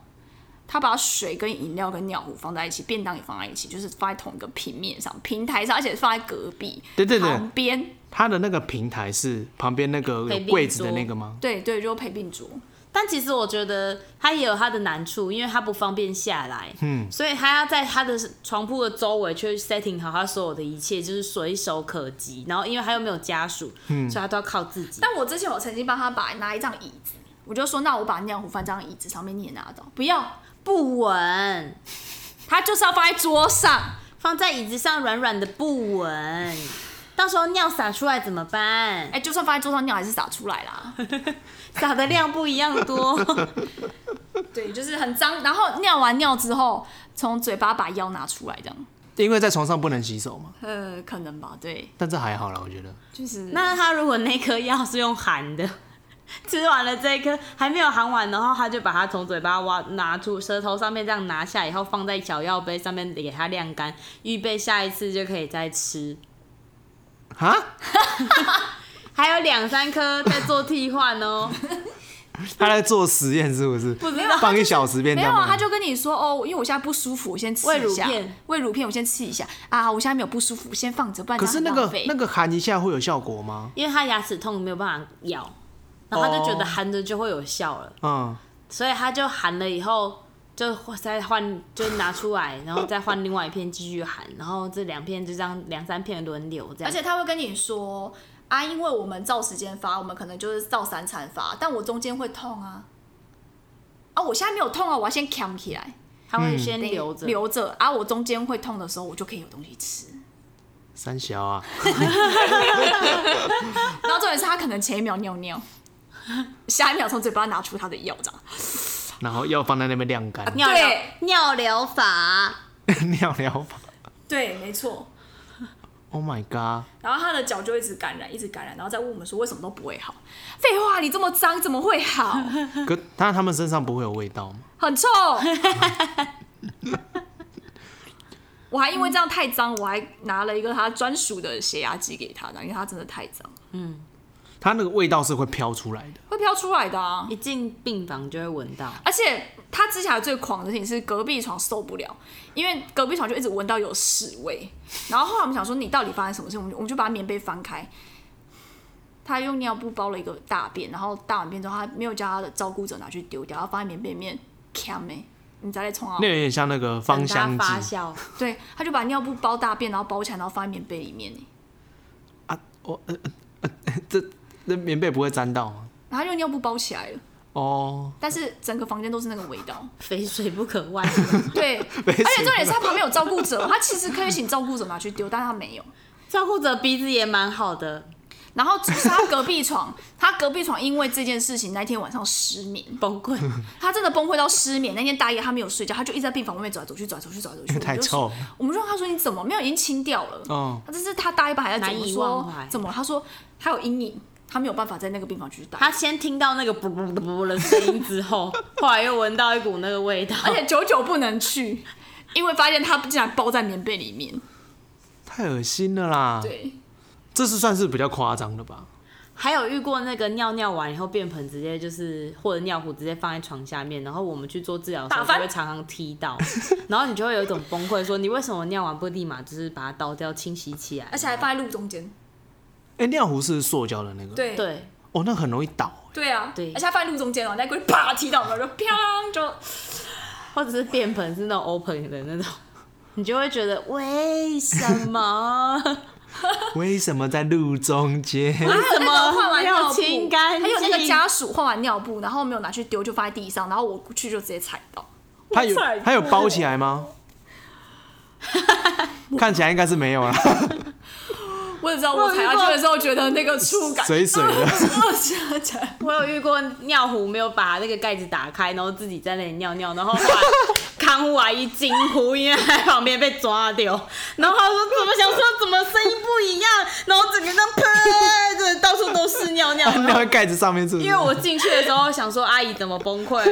Speaker 5: 他把水跟饮料跟尿壶放在一起，便当也放在一起，就是放在同一个平面上、平台上，而且放在隔壁、
Speaker 4: 对对对
Speaker 5: 旁边，
Speaker 4: 他的那个平台是旁边那个有柜子的那个吗？
Speaker 5: 对对，就是陪病桌。
Speaker 6: 但其实我觉得他也有他的难处，因为他不方便下来，嗯，所以他要在他的床铺的周围去 setting 好他所有的一切，就是随手可及。然后因为他又没有家属，所以他都要靠自己。
Speaker 5: 但我之前我曾经帮他把拿一张椅子，我就说那我把尿壶放在张椅子上面，你也拿得到，不要，
Speaker 6: 不稳，
Speaker 5: 他就是要放在桌上。
Speaker 6: 放在椅子上软软的不稳，到时候尿洒出来怎么 办
Speaker 5: 哎、？就算放在桌上，尿还是洒出来啦。
Speaker 6: 洒的量不一样多，
Speaker 5: 对，就是很脏。然后尿完尿之后，从嘴巴把腰拿出来，这样。
Speaker 4: 因为在床上不能洗手嘛，
Speaker 5: 呃，可能吧，对，
Speaker 4: 但这还好啦，我觉得。
Speaker 5: 就是
Speaker 6: 那他如果那颗药是用含的， 吃完了这一颗还没有含完，然后他就把它从嘴巴挖拿出舌头上面这样拿下，以后放在小药杯上面给它晾干，预备下一次就可以再吃。
Speaker 4: 啊，
Speaker 6: 还有两三颗在做替换 哦，
Speaker 4: 他在做实验是不是？
Speaker 6: 不知道
Speaker 4: 放一小时便
Speaker 5: 没
Speaker 4: 当
Speaker 5: 有
Speaker 4: 吗。
Speaker 5: 啊，他就跟你说哦，因为我现在不舒服，我先吃
Speaker 6: 喂
Speaker 5: 一
Speaker 6: 乳
Speaker 5: 下
Speaker 6: 片，
Speaker 5: 喂乳片，我先吃一下啊，我现在没有不舒服，先放着，不然
Speaker 4: 可是那
Speaker 5: 这样
Speaker 4: 个
Speaker 5: 很浪费
Speaker 4: 那个含一下会有效果吗？
Speaker 6: 因为他牙齿痛没有办法咬，然后他就觉得含着就会有效了，
Speaker 4: 嗯，
Speaker 6: 所以他就含了以后。就再换，就拿出来，然后再换另外一片继续含，然后这两片就这样两三片轮流这样。
Speaker 5: 而且他会跟你说啊，因为我们照时间发，我们可能就是照三餐发，但我中间会痛啊，啊，我现在没有痛啊，我要先 cam 起来，
Speaker 6: 他会先留着，
Speaker 5: 留着啊，我中间会痛的时候，我就可以有东西吃。
Speaker 4: 三小啊，
Speaker 5: 然后重点是他可能前一秒尿尿，下一秒从嘴巴拿出他的药，这样。
Speaker 4: 然后要放在那边晾
Speaker 5: 啊
Speaker 4: 干，
Speaker 6: 尿流
Speaker 5: 对
Speaker 6: 尿疗法，
Speaker 4: 尿疗法。
Speaker 5: 对，没错。
Speaker 4: Oh my god！
Speaker 5: 然后他的脚就一直感染，一直感染，然后再问我们说为什么都不会好。废话，你这么脏怎么会好？
Speaker 4: 可但他们身上不会有味道吗？
Speaker 5: 很臭。我还因为这样太脏，我还拿了一个他专属的血压计给他的，因为他真的太脏，
Speaker 4: 它那个味道是会飘出来的。
Speaker 5: 会飘出来的啊。
Speaker 6: 一进病房就会闻到。
Speaker 5: 而且他之前还最狂的事情是隔壁床受不了，因为隔壁床就一直闻到有屎味。然后后来我们想说，你到底发生什么事？我们就我们就把棉被翻开，他用尿布包了一个大便，然后大完便之后，他没有叫他的照顾者拿去丢掉，他放在棉被里面扛没，你再来冲啊
Speaker 4: 那！有点像那个芳香
Speaker 6: 等它发
Speaker 4: 剂
Speaker 6: 酵，
Speaker 5: 对，他就把尿布包大便，然后包起来，然后放在棉被里面，
Speaker 4: 啊，我、呃呃呃这那棉被不会沾到吗？
Speaker 5: 然后他用尿布包起来了，
Speaker 4: 哦，
Speaker 5: 但是整个房间都是那个味道。
Speaker 6: 肥水不可外。
Speaker 5: 对，而且重点是他旁边有照顾者，他其实可以请照顾者拿去丢，但他没有。
Speaker 6: 照顾者鼻子也蛮好的，
Speaker 5: 然后是他隔壁床， 他隔壁床因为这件事情那天晚上失眠，
Speaker 6: 崩溃。
Speaker 5: 他真的崩溃到失眠。那天大夜他没有睡觉，他就一直在病房外面走来走去，走来走去，走来走 去。
Speaker 4: 太
Speaker 5: 我们就
Speaker 4: 臭
Speaker 5: 说
Speaker 4: 了。
Speaker 5: 我们就问他说你怎么没有已经清掉了？
Speaker 4: 哦，
Speaker 5: 他这是他大夜班还在怎
Speaker 6: 难
Speaker 5: 么
Speaker 6: 以
Speaker 5: 说
Speaker 6: 忘怀
Speaker 5: 怎么？他说他有阴影，他没有办法在那个病房继续待。
Speaker 6: 他先听到那个啵啵啵啵的声音之后，后来又闻到一股那个味道，
Speaker 5: 而且久久不能去，因为发现他竟然包在棉被里面。
Speaker 4: 太恶心了啦！
Speaker 5: 对，
Speaker 4: 这是算是比较夸张的吧？
Speaker 6: 还有遇过那个尿尿完以后便盆直接就是或者尿壶直接放在床下面，然后我们去做治疗的时
Speaker 5: 打
Speaker 6: 候
Speaker 5: 翻
Speaker 6: 就会常常踢到，然后你就会有一种崩溃，说你为什么尿完不立马就是把它倒掉清洗起来？
Speaker 5: 而且还放在路中间。
Speaker 4: 哎、尿壶是塑胶的那个，，
Speaker 5: 对
Speaker 6: 对，
Speaker 4: 哦，那很容易倒。
Speaker 5: 对啊，
Speaker 6: 对
Speaker 5: 而且他放在路中间哦，那个人啪踢到，然后就砰就
Speaker 6: 或者是便盆是那种 open 的那种， 你就会觉得为什 么？
Speaker 4: 为什么在路中间？
Speaker 6: 啊
Speaker 5: 还有那种换完尿
Speaker 6: 要
Speaker 5: 布
Speaker 6: 哦清干净
Speaker 5: 还有那个家属换完尿布，然后没有拿去丢，就放在地上，然后我去就直接踩到。
Speaker 4: 它有
Speaker 5: 在乎
Speaker 4: 它有包起来吗？看起来应该是没有啦，
Speaker 5: 我只知道我踩下去的时候，觉得那个触感
Speaker 4: 水 水的。
Speaker 5: 热起来起来。
Speaker 6: 我有遇过尿壶没有把那个盖子打开，然后自己在那里尿尿，然后后来 康护阿姨惊呼，因为她在旁边被抓丢，然后她说怎么想说怎么声音不一样，然后整个人喷，真的到处都是尿尿。然
Speaker 4: 那
Speaker 6: 后
Speaker 4: 个盖子上面是不是？
Speaker 6: 因为我进去的时候想说阿姨怎么崩溃，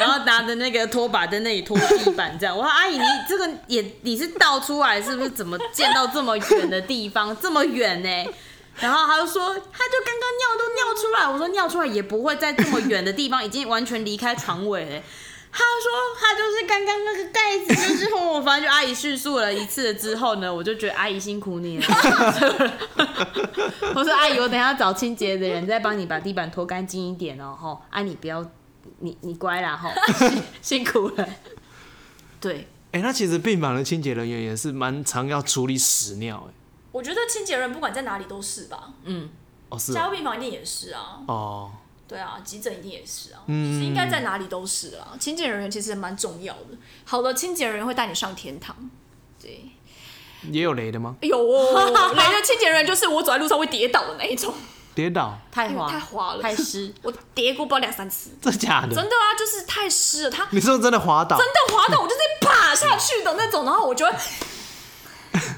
Speaker 6: 然后拿着那个拖把在那里拖地板这样。我说阿姨你这个也你是倒出来是不是？怎么溅到这么远的地方这么远呢、然后他就说，他就刚刚尿都尿出来。我说尿出来也不会在这么远的地方，已经完全离开床尾了。他说他就是刚刚那个盖子，就是和我反正就阿姨叙述了一次了之后呢，我就觉得阿姨辛苦你了。 我说阿姨，我等一下找清洁的人再帮你把地板拖干净一点哦，吼，啊你不要，你你乖啦吼， 辛苦了。对，
Speaker 4: 哎、那其实病房的清洁人员也是蛮常要处理屎尿哎、
Speaker 5: 我觉得清洁人不管在哪里都是吧，
Speaker 4: 哦是
Speaker 5: 加护
Speaker 4: 哦
Speaker 5: 病房一定也是啊，
Speaker 4: 哦，
Speaker 5: 对啊，急诊一定也是啊，就是应该在哪里都是啊。清洁人员其实也蛮重要的，好的清洁人员会带你上天堂。对，
Speaker 4: 也有雷的吗？
Speaker 5: 有哦，雷的清洁人员就是我走在路上会跌倒的那一种，
Speaker 4: 跌倒，
Speaker 6: 太
Speaker 5: 因为
Speaker 6: 滑
Speaker 5: 哎太滑了，
Speaker 6: 太湿，
Speaker 5: 我跌过不知道两三次，
Speaker 4: 真假的？
Speaker 5: 真的啊，就是太湿了，它
Speaker 4: 你是不是真的滑倒？
Speaker 5: 真的滑倒，我就得爬下去的那种，然后我就会，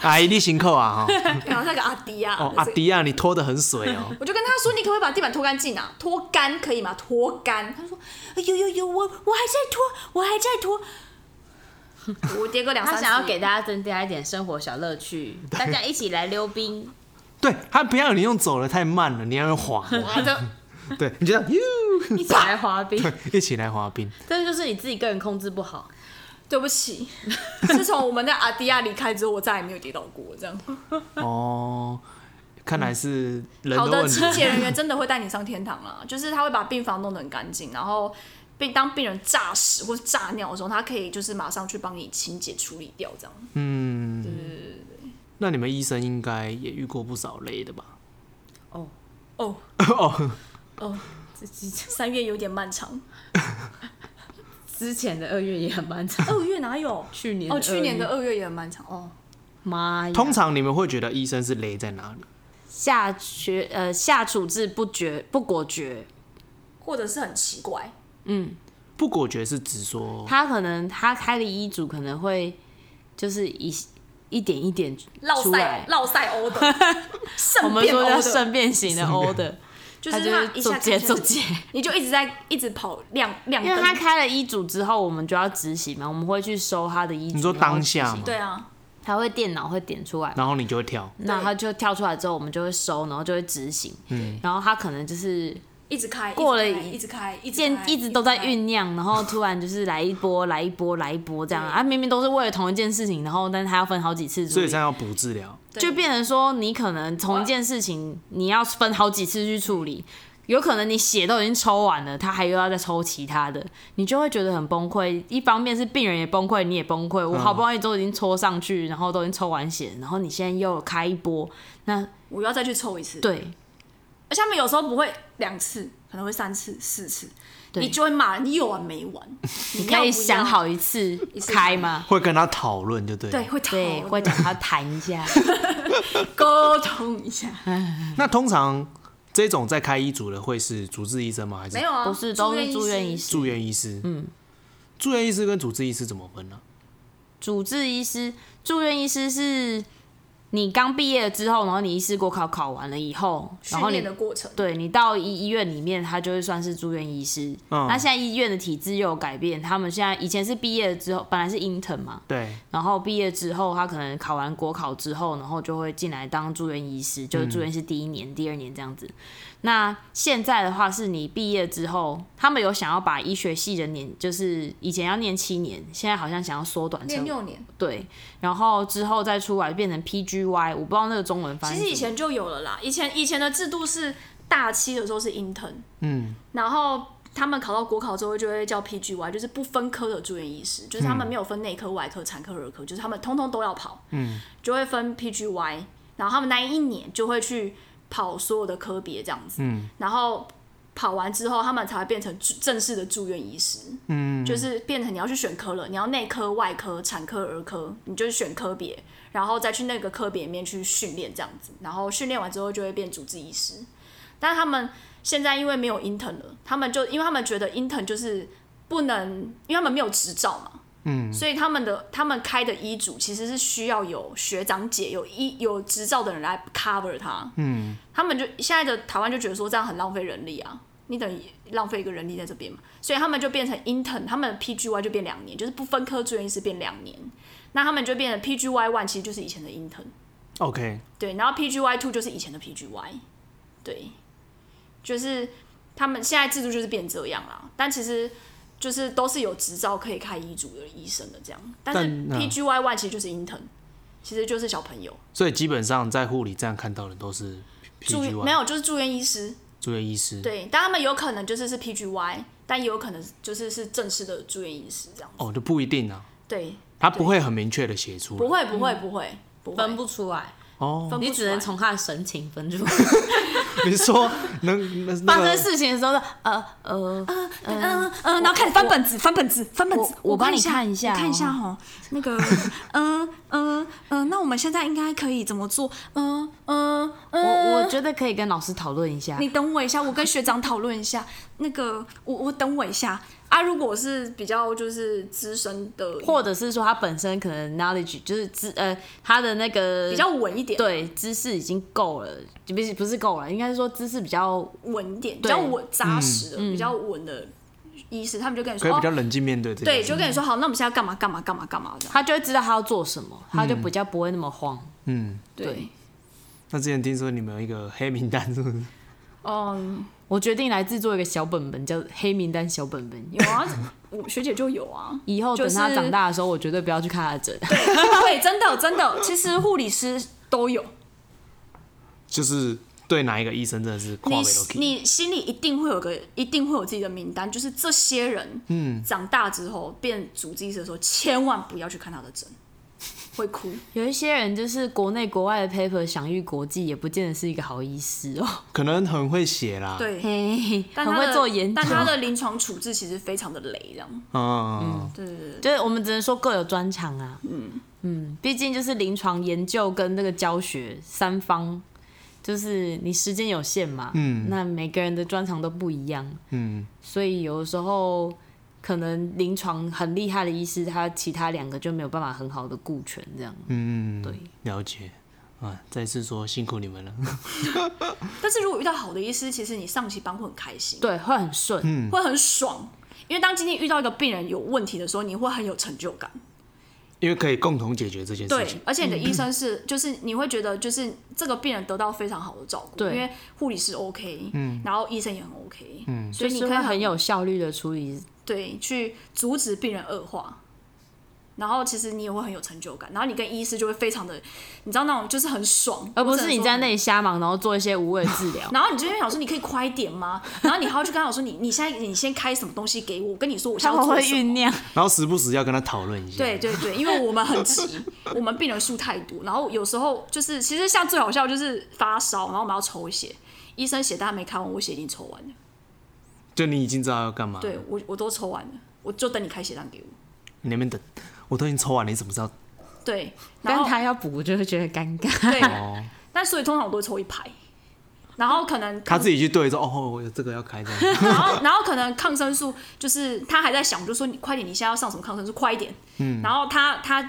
Speaker 4: 阿姨，你行扣啊！哦
Speaker 5: 然后那个阿迪啊，
Speaker 4: 哦，
Speaker 5: 那
Speaker 4: 阿
Speaker 5: 是
Speaker 4: 迪亚，你拖得很水哦。
Speaker 5: 我就跟他说，你可不可以把地板拖干净啊？拖干可以吗？拖干。他说，哎呦呦呦，我我还在拖，我还在拖。 我跌个两三
Speaker 6: 他
Speaker 5: 次，
Speaker 6: 想要给大家增加一点生活小乐趣，大家一起来溜冰，
Speaker 4: 对，他不要你用走的太慢了，你要用滑的。
Speaker 5: 我就
Speaker 4: 对，你就这样，哟
Speaker 6: 一起来滑冰，
Speaker 4: 一起来滑冰。
Speaker 6: 这就是你自己个人控制不好。
Speaker 5: 对不起。自从我们的阿迪亚离开之后，我再也没有跌倒过。这样，
Speaker 4: 哦，看来是人
Speaker 5: 好
Speaker 4: 的
Speaker 5: 的
Speaker 4: 问题
Speaker 5: 清。洁人员真的会带你上天堂啦，就是他会把病房弄得很干净，然后病当病人炸屎或者炸尿的时候，他可以就是马上去帮你清洁处理掉这样。
Speaker 4: 那你们医生应该也遇过不少雷的吧？
Speaker 5: 哦
Speaker 4: 哦，
Speaker 5: 哦，这这三月有点漫长，
Speaker 6: 之前的二月也很漫 长，
Speaker 5: 二月哪有？
Speaker 6: 去年
Speaker 5: 哦，
Speaker 6: 的二
Speaker 5: 去
Speaker 6: 月
Speaker 5: 年的二月也很漫长哦。
Speaker 6: 妈呀，
Speaker 4: 通常你们会觉得医生是雷在哪里？
Speaker 6: 下学呃下处置不决不果决，
Speaker 5: 或者是很奇怪，
Speaker 4: 不果决是指说，
Speaker 6: 他可能他开的医嘱可能会就是一一点一点
Speaker 5: 绕
Speaker 6: 出
Speaker 5: 赛
Speaker 6: 来，
Speaker 5: 绕赛 欧的，
Speaker 6: 我
Speaker 5: 圣
Speaker 6: 们
Speaker 5: 变
Speaker 6: 说
Speaker 5: 欧
Speaker 6: 叫
Speaker 5: 的，
Speaker 6: 顺便型的 order，
Speaker 5: 就
Speaker 6: 他
Speaker 5: 是他
Speaker 6: 是
Speaker 5: 一
Speaker 6: 做
Speaker 5: 下
Speaker 6: 结
Speaker 5: 看起来
Speaker 6: 做
Speaker 5: 就
Speaker 6: 结。
Speaker 5: 你就一直在一直跑亮亮
Speaker 6: 因为他
Speaker 5: 灯，
Speaker 6: 开了医嘱之后，我们就要执行嘛，我们会去收他的医嘱。
Speaker 4: 你说
Speaker 6: 然后
Speaker 4: 当下
Speaker 6: 执行
Speaker 4: 嘛，
Speaker 5: 对嗯啊，
Speaker 6: 他会电脑会点出来，
Speaker 4: 然后你就会跳。
Speaker 6: 那他就跳出来之后，我们就会收，然后就会执行。嗯，然后他可能就是
Speaker 5: 一直开，
Speaker 6: 过了
Speaker 5: 一直开，一直
Speaker 6: 见
Speaker 5: 开，
Speaker 6: 一直都在
Speaker 5: 开。
Speaker 6: 酝酿，然后突然就是来一波，来一波，来一波这样啊，明明都是为了同一件事情，然后但是他要分好几次处
Speaker 4: 所以
Speaker 6: 理
Speaker 4: 这样要补治疗，
Speaker 5: 对
Speaker 6: 就变成说你可能同一件事情你要分好几次去处理，有可能你血都已经抽完了，他还又要再抽其他的，你就会觉得很崩溃。一方面是病人也崩溃，你也崩溃。我好不容易都已经戳上去，然后都已经抽完血，然后你现在又开一波，那
Speaker 5: 我要再去抽一次。
Speaker 6: 对
Speaker 5: 而且他们有时候不会两次，可能会三次、四次，
Speaker 6: 对
Speaker 5: 你就会骂你有完没 完？你要
Speaker 6: 你可
Speaker 5: 不要
Speaker 6: 以想好一次
Speaker 5: 次
Speaker 6: 开吗？
Speaker 4: 会跟他讨论就对了。
Speaker 5: 对，会讨
Speaker 6: 对，或者要谈一 下。
Speaker 5: 沟通一下。
Speaker 4: 那通常这种在开医嘱的会是主治医生吗？还是
Speaker 5: 没有啊，
Speaker 6: 不是都是
Speaker 5: 住
Speaker 6: 住院医
Speaker 5: 师。
Speaker 6: 师，
Speaker 4: 住院医师？嗯，住院医师跟主治医师怎么分呢、
Speaker 6: 主治医师、住院医师是你刚毕业之后，然后你医师国考考完了以后，然
Speaker 5: 训
Speaker 6: 后
Speaker 5: 练
Speaker 6: 你
Speaker 5: 的过程，
Speaker 6: 对你到医医院里面，他就会算是住院医师。
Speaker 4: 嗯
Speaker 6: 那现在医院的体制又有改变，他们现在以前是毕业了之后，本来是 intern 嘛，
Speaker 4: 对，
Speaker 6: 然后毕业之后，他可能考完国考之后，然后就会进来当住院医师，就是住院是第一年、第二年这样子。那现在的话，是你毕业之后，他们有想要把医学系的年，就是以前要念七年，现在好像想要缩短
Speaker 5: 练
Speaker 6: 成
Speaker 5: 六年，
Speaker 6: 对，然后之后再出来变成 PGY，我不知道那个中文翻
Speaker 5: 其
Speaker 6: 译
Speaker 5: 实以
Speaker 6: 什么
Speaker 5: 前就有了啦。以前以前的制度是大七的时候是 intern，
Speaker 4: 嗯，
Speaker 5: 然后他们考到国考之后就会叫 PGY，就是不分科的住院医师，就是他们没有分内科、外科、产科、儿科，就是他们通通都要跑，嗯，就会分 PGY，然后他们那一年就会去跑所有的科别这样子，嗯，然后。跑完之后，他们才会变成住正式的住院医师。嗯，就是变成你要去选科了，你要内科、外科、产科、儿科，你就是选科别，然后再去那个科别里面去训练这样子。然后训练完之后就会变主治医师。但他们现在因为没有 intern 了，他们就因为他们觉得 intern 就是不能，因为他们没有执照嘛，嗯，所以他们的他们开的医嘱其实是需要有学长姐、有医有执照的人来 cover 他，嗯，他们就现在的台湾就觉得说这样很浪费人力啊，你等于浪费一个人力在这边嘛，所以他们就变成 intern，他们的 PGY 就变两年，就是不分科住院医师变两年，那他们就变成 PGY one，其实就是以前的 intern。
Speaker 4: OK，
Speaker 5: 对，然后 PGY two 就是以前的 PGY，对，就是他们现在制度就是变这样啦。但其实就是都是有执照可以开医嘱的医生的这样，但是
Speaker 4: 但嗯
Speaker 5: PGY one 其实就是 intern，其实就是小朋友
Speaker 4: 所以基本上在护理站看到的都是
Speaker 5: 住
Speaker 4: PGY
Speaker 5: 没有就是住院医师，
Speaker 4: 住院医师。
Speaker 5: 对，但他们有可能就是是 PGY，但也有可能就是是正式的住院医师这样，
Speaker 4: 哦，就不一定啊，
Speaker 5: 对，
Speaker 4: 他不会很明确的写出来
Speaker 5: 不会不会不会不会
Speaker 6: 分不出来，
Speaker 4: 哦。
Speaker 5: 分不
Speaker 6: 你只能
Speaker 5: 出来
Speaker 6: 从他的神情分 出来。
Speaker 4: 你说能那那
Speaker 6: 发生
Speaker 4: 个
Speaker 6: 事情的时候，呃呃，
Speaker 5: 嗯嗯，然后开始翻本子，翻本子，翻本子。
Speaker 6: 我我帮你
Speaker 5: 看
Speaker 6: 看一下
Speaker 5: 我看一
Speaker 6: 哦
Speaker 5: 下哈。那 个，嗯嗯嗯，那我们现在应该可以怎么做？嗯嗯
Speaker 6: 我
Speaker 5: 嗯，
Speaker 6: 我觉得可以跟老师讨论一下
Speaker 5: 你。等我一下，我跟学长讨论一下。那个，我我等我一下啊。如果我是比较就是资深的，
Speaker 6: 或者是说他本身可能 knowledge 就是知呃他的那个
Speaker 5: 比较稳一点，，
Speaker 6: 对知识已经够了，不是不是够了，应该是说知识比较
Speaker 5: 稳一点，比
Speaker 6: 对
Speaker 5: 较稳扎实的，比较稳的医师，他们就跟你
Speaker 4: 可
Speaker 5: 说，
Speaker 4: 以比较
Speaker 5: 哦，
Speaker 4: 冷静面对这
Speaker 5: 对，
Speaker 4: 个。
Speaker 5: 就跟你说，好，那我们现在要干嘛干嘛干嘛干嘛这样。
Speaker 6: 他就会知道他要做什么，
Speaker 5: 嗯
Speaker 6: 他就比较不会那么慌。
Speaker 5: 对，
Speaker 4: 那之前听说你们有一个黑名单，是不是？
Speaker 5: 嗯，
Speaker 6: 我决定来制作一个小本本，叫黑名单小本本。
Speaker 5: 有啊，我学姐就有 啊。
Speaker 6: 以后
Speaker 5: 就
Speaker 6: 等
Speaker 5: 是
Speaker 6: 他长大的时候，我绝对不要去看他的 诊。
Speaker 5: 对，真的真的，其实护理师都有，
Speaker 4: 就是对哪一个医生真的是跨
Speaker 5: 你
Speaker 4: 位都可以。
Speaker 5: 你心里一定会有个，一定会有自己的名单，就是这些人，嗯，长大之后变主治医师的时候，千万不要去看他的诊，会哭。
Speaker 6: 有一些人就是国内国外的 paper 享誉国际，也不见得是一个好医师哦。
Speaker 4: 可能很会写啦。，
Speaker 5: 对，
Speaker 6: 嘿，
Speaker 5: 但
Speaker 6: 很
Speaker 5: 他
Speaker 6: 会
Speaker 5: 的
Speaker 6: 做研究
Speaker 5: 但，他的临床处置其实非常的累，这样。
Speaker 4: 嗯，
Speaker 5: 对对对，
Speaker 6: 就是我们只能说各有专长啊。嗯嗯，毕竟就是临床研究跟那个教学三方，就是你时间有限嘛。嗯，那每个人的专长都不一样。嗯，所以有的时候可能临床很厉害的医师，他其他两个就没有办法很好的顾全这样。嗯，对。
Speaker 4: 了解。啊，再次说辛苦你们了。
Speaker 5: 但是如果遇到好的医师，其实你上起班会很开心，
Speaker 6: 对，会很顺。
Speaker 5: 会很爽。因为当今天遇到一个病人有问题的时候，你会很有成就感。
Speaker 4: 因为可以共同解决这件事
Speaker 5: 对
Speaker 4: 情。，
Speaker 5: 而且
Speaker 6: 嗯
Speaker 5: 你的医生是，就是你会觉得，就是这个病人得到非常好的照顾，
Speaker 6: 对
Speaker 5: 因为护理师 OK，嗯，然后医生也很 OK，嗯，所
Speaker 6: 就
Speaker 5: 以你
Speaker 6: 是
Speaker 5: 可以
Speaker 6: 会很有效率的处理
Speaker 5: 对去阻止病人恶化，然后其实你也会很有成就感，然后你跟医师就会非常的，你知道那种就是很爽，
Speaker 6: 而不
Speaker 5: 我只
Speaker 6: 是
Speaker 5: 能
Speaker 6: 你
Speaker 5: 说。
Speaker 6: 在那里瞎忙，然后做一些无谓的治疗
Speaker 5: 然后你就会想说，你可以快一点吗？然后你还要去跟他讲说，你你现在你先开什么东西给我？我跟你说，我现
Speaker 6: 他
Speaker 5: 在
Speaker 6: 们
Speaker 5: 要做
Speaker 6: 会
Speaker 5: 什么
Speaker 6: 酝 酿，
Speaker 4: 然后时不时要跟他讨论一下。
Speaker 5: 对对对，因为我们很急，我们病人数太多，然后有时候就是，其实像最好笑就是发烧，然后我们要抽血，医生血单还没开完，我血已经抽完了，
Speaker 4: 就你已经知道要干嘛，
Speaker 5: 对我我都抽完了，我就等你开血单给我。
Speaker 4: 你那边等，我都已经抽完了，你怎么知道？
Speaker 5: 对，然
Speaker 6: 但
Speaker 5: 后
Speaker 6: 他要补就会觉得尴尬。
Speaker 5: 对，
Speaker 4: 哦
Speaker 5: 但所以通常我都会抽一排，然后可能
Speaker 4: 他自己去对说，哦，我有这个要开这样。
Speaker 5: 然后然后可能抗生素就是他还在想，我就说你快点，你现在要上什么抗生素，快一点。嗯，然后他他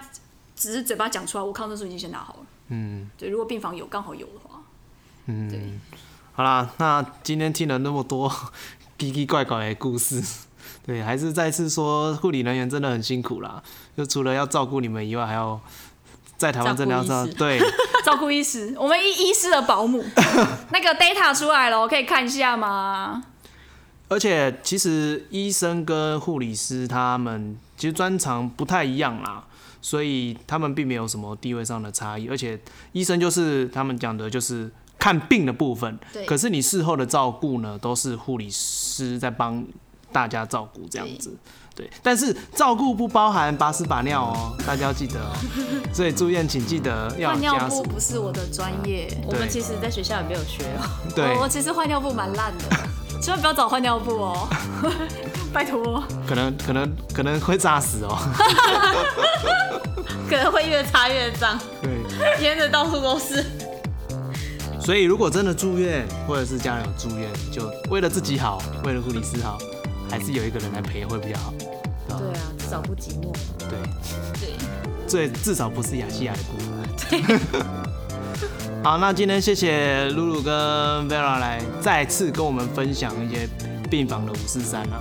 Speaker 5: 只是嘴巴讲出来，我抗生素已经先拿好了。嗯，对，如果病房有刚好有的话，
Speaker 4: 好啦，那今天听了那么多 奇奇怪怪的故事， 对，还是再次说护理人员真的很辛苦啦，就除了要照顾你们以外，还要在台湾真的要
Speaker 6: 照
Speaker 4: 照
Speaker 6: 顾医师
Speaker 4: 对，
Speaker 5: 照顾医师，我们医医师的保姆，那个 data 出来了，我可以看一下吗？
Speaker 4: 而且其实医生跟护理师他们其实专长不太一样啦，所以他们并没有什么地位上的差异。而且医生就是他们讲的就是看病的部分，
Speaker 5: 对
Speaker 4: 可是你事后的照顾呢，都是护理师在帮大家照顾这样子。对，但是照顾不包含把屎把尿哦，大家要记得哦。所以住院请记得要
Speaker 5: 换
Speaker 4: 有
Speaker 5: 尿
Speaker 4: 家
Speaker 5: 布
Speaker 4: 属。嗯
Speaker 5: 不是我的专业，
Speaker 6: 我们其实，在学校也没有学哦。
Speaker 4: 对
Speaker 5: 我，我其实换尿布蛮烂的，千万不要找换尿布哦， 拜托，哦
Speaker 4: 可能可能可能会炸死哦。
Speaker 6: 可能会越擦越脏，
Speaker 4: 对。
Speaker 6: 粘的到处都是。
Speaker 4: 所以，如果真的住院，或者是家人有住院，就为了自己好，为了护理师好，还是有一个人来陪会比较好。
Speaker 6: 对啊，至少不寂寞。
Speaker 4: 对，对，最至少不是亚细亚的孤儿。 对。好，那今天谢谢露露跟 Vera 来再次跟我们分享一些病房的五四三啊。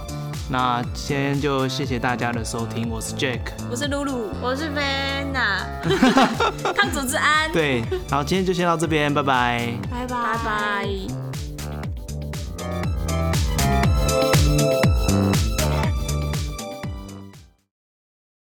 Speaker 4: 那今天就谢谢大家的收听，我是 Jack。
Speaker 5: 我是露露，
Speaker 6: 我是 Vanna，抗组织安，
Speaker 4: 对，好，今天就先到这边，拜拜。
Speaker 5: 拜拜
Speaker 6: 拜拜。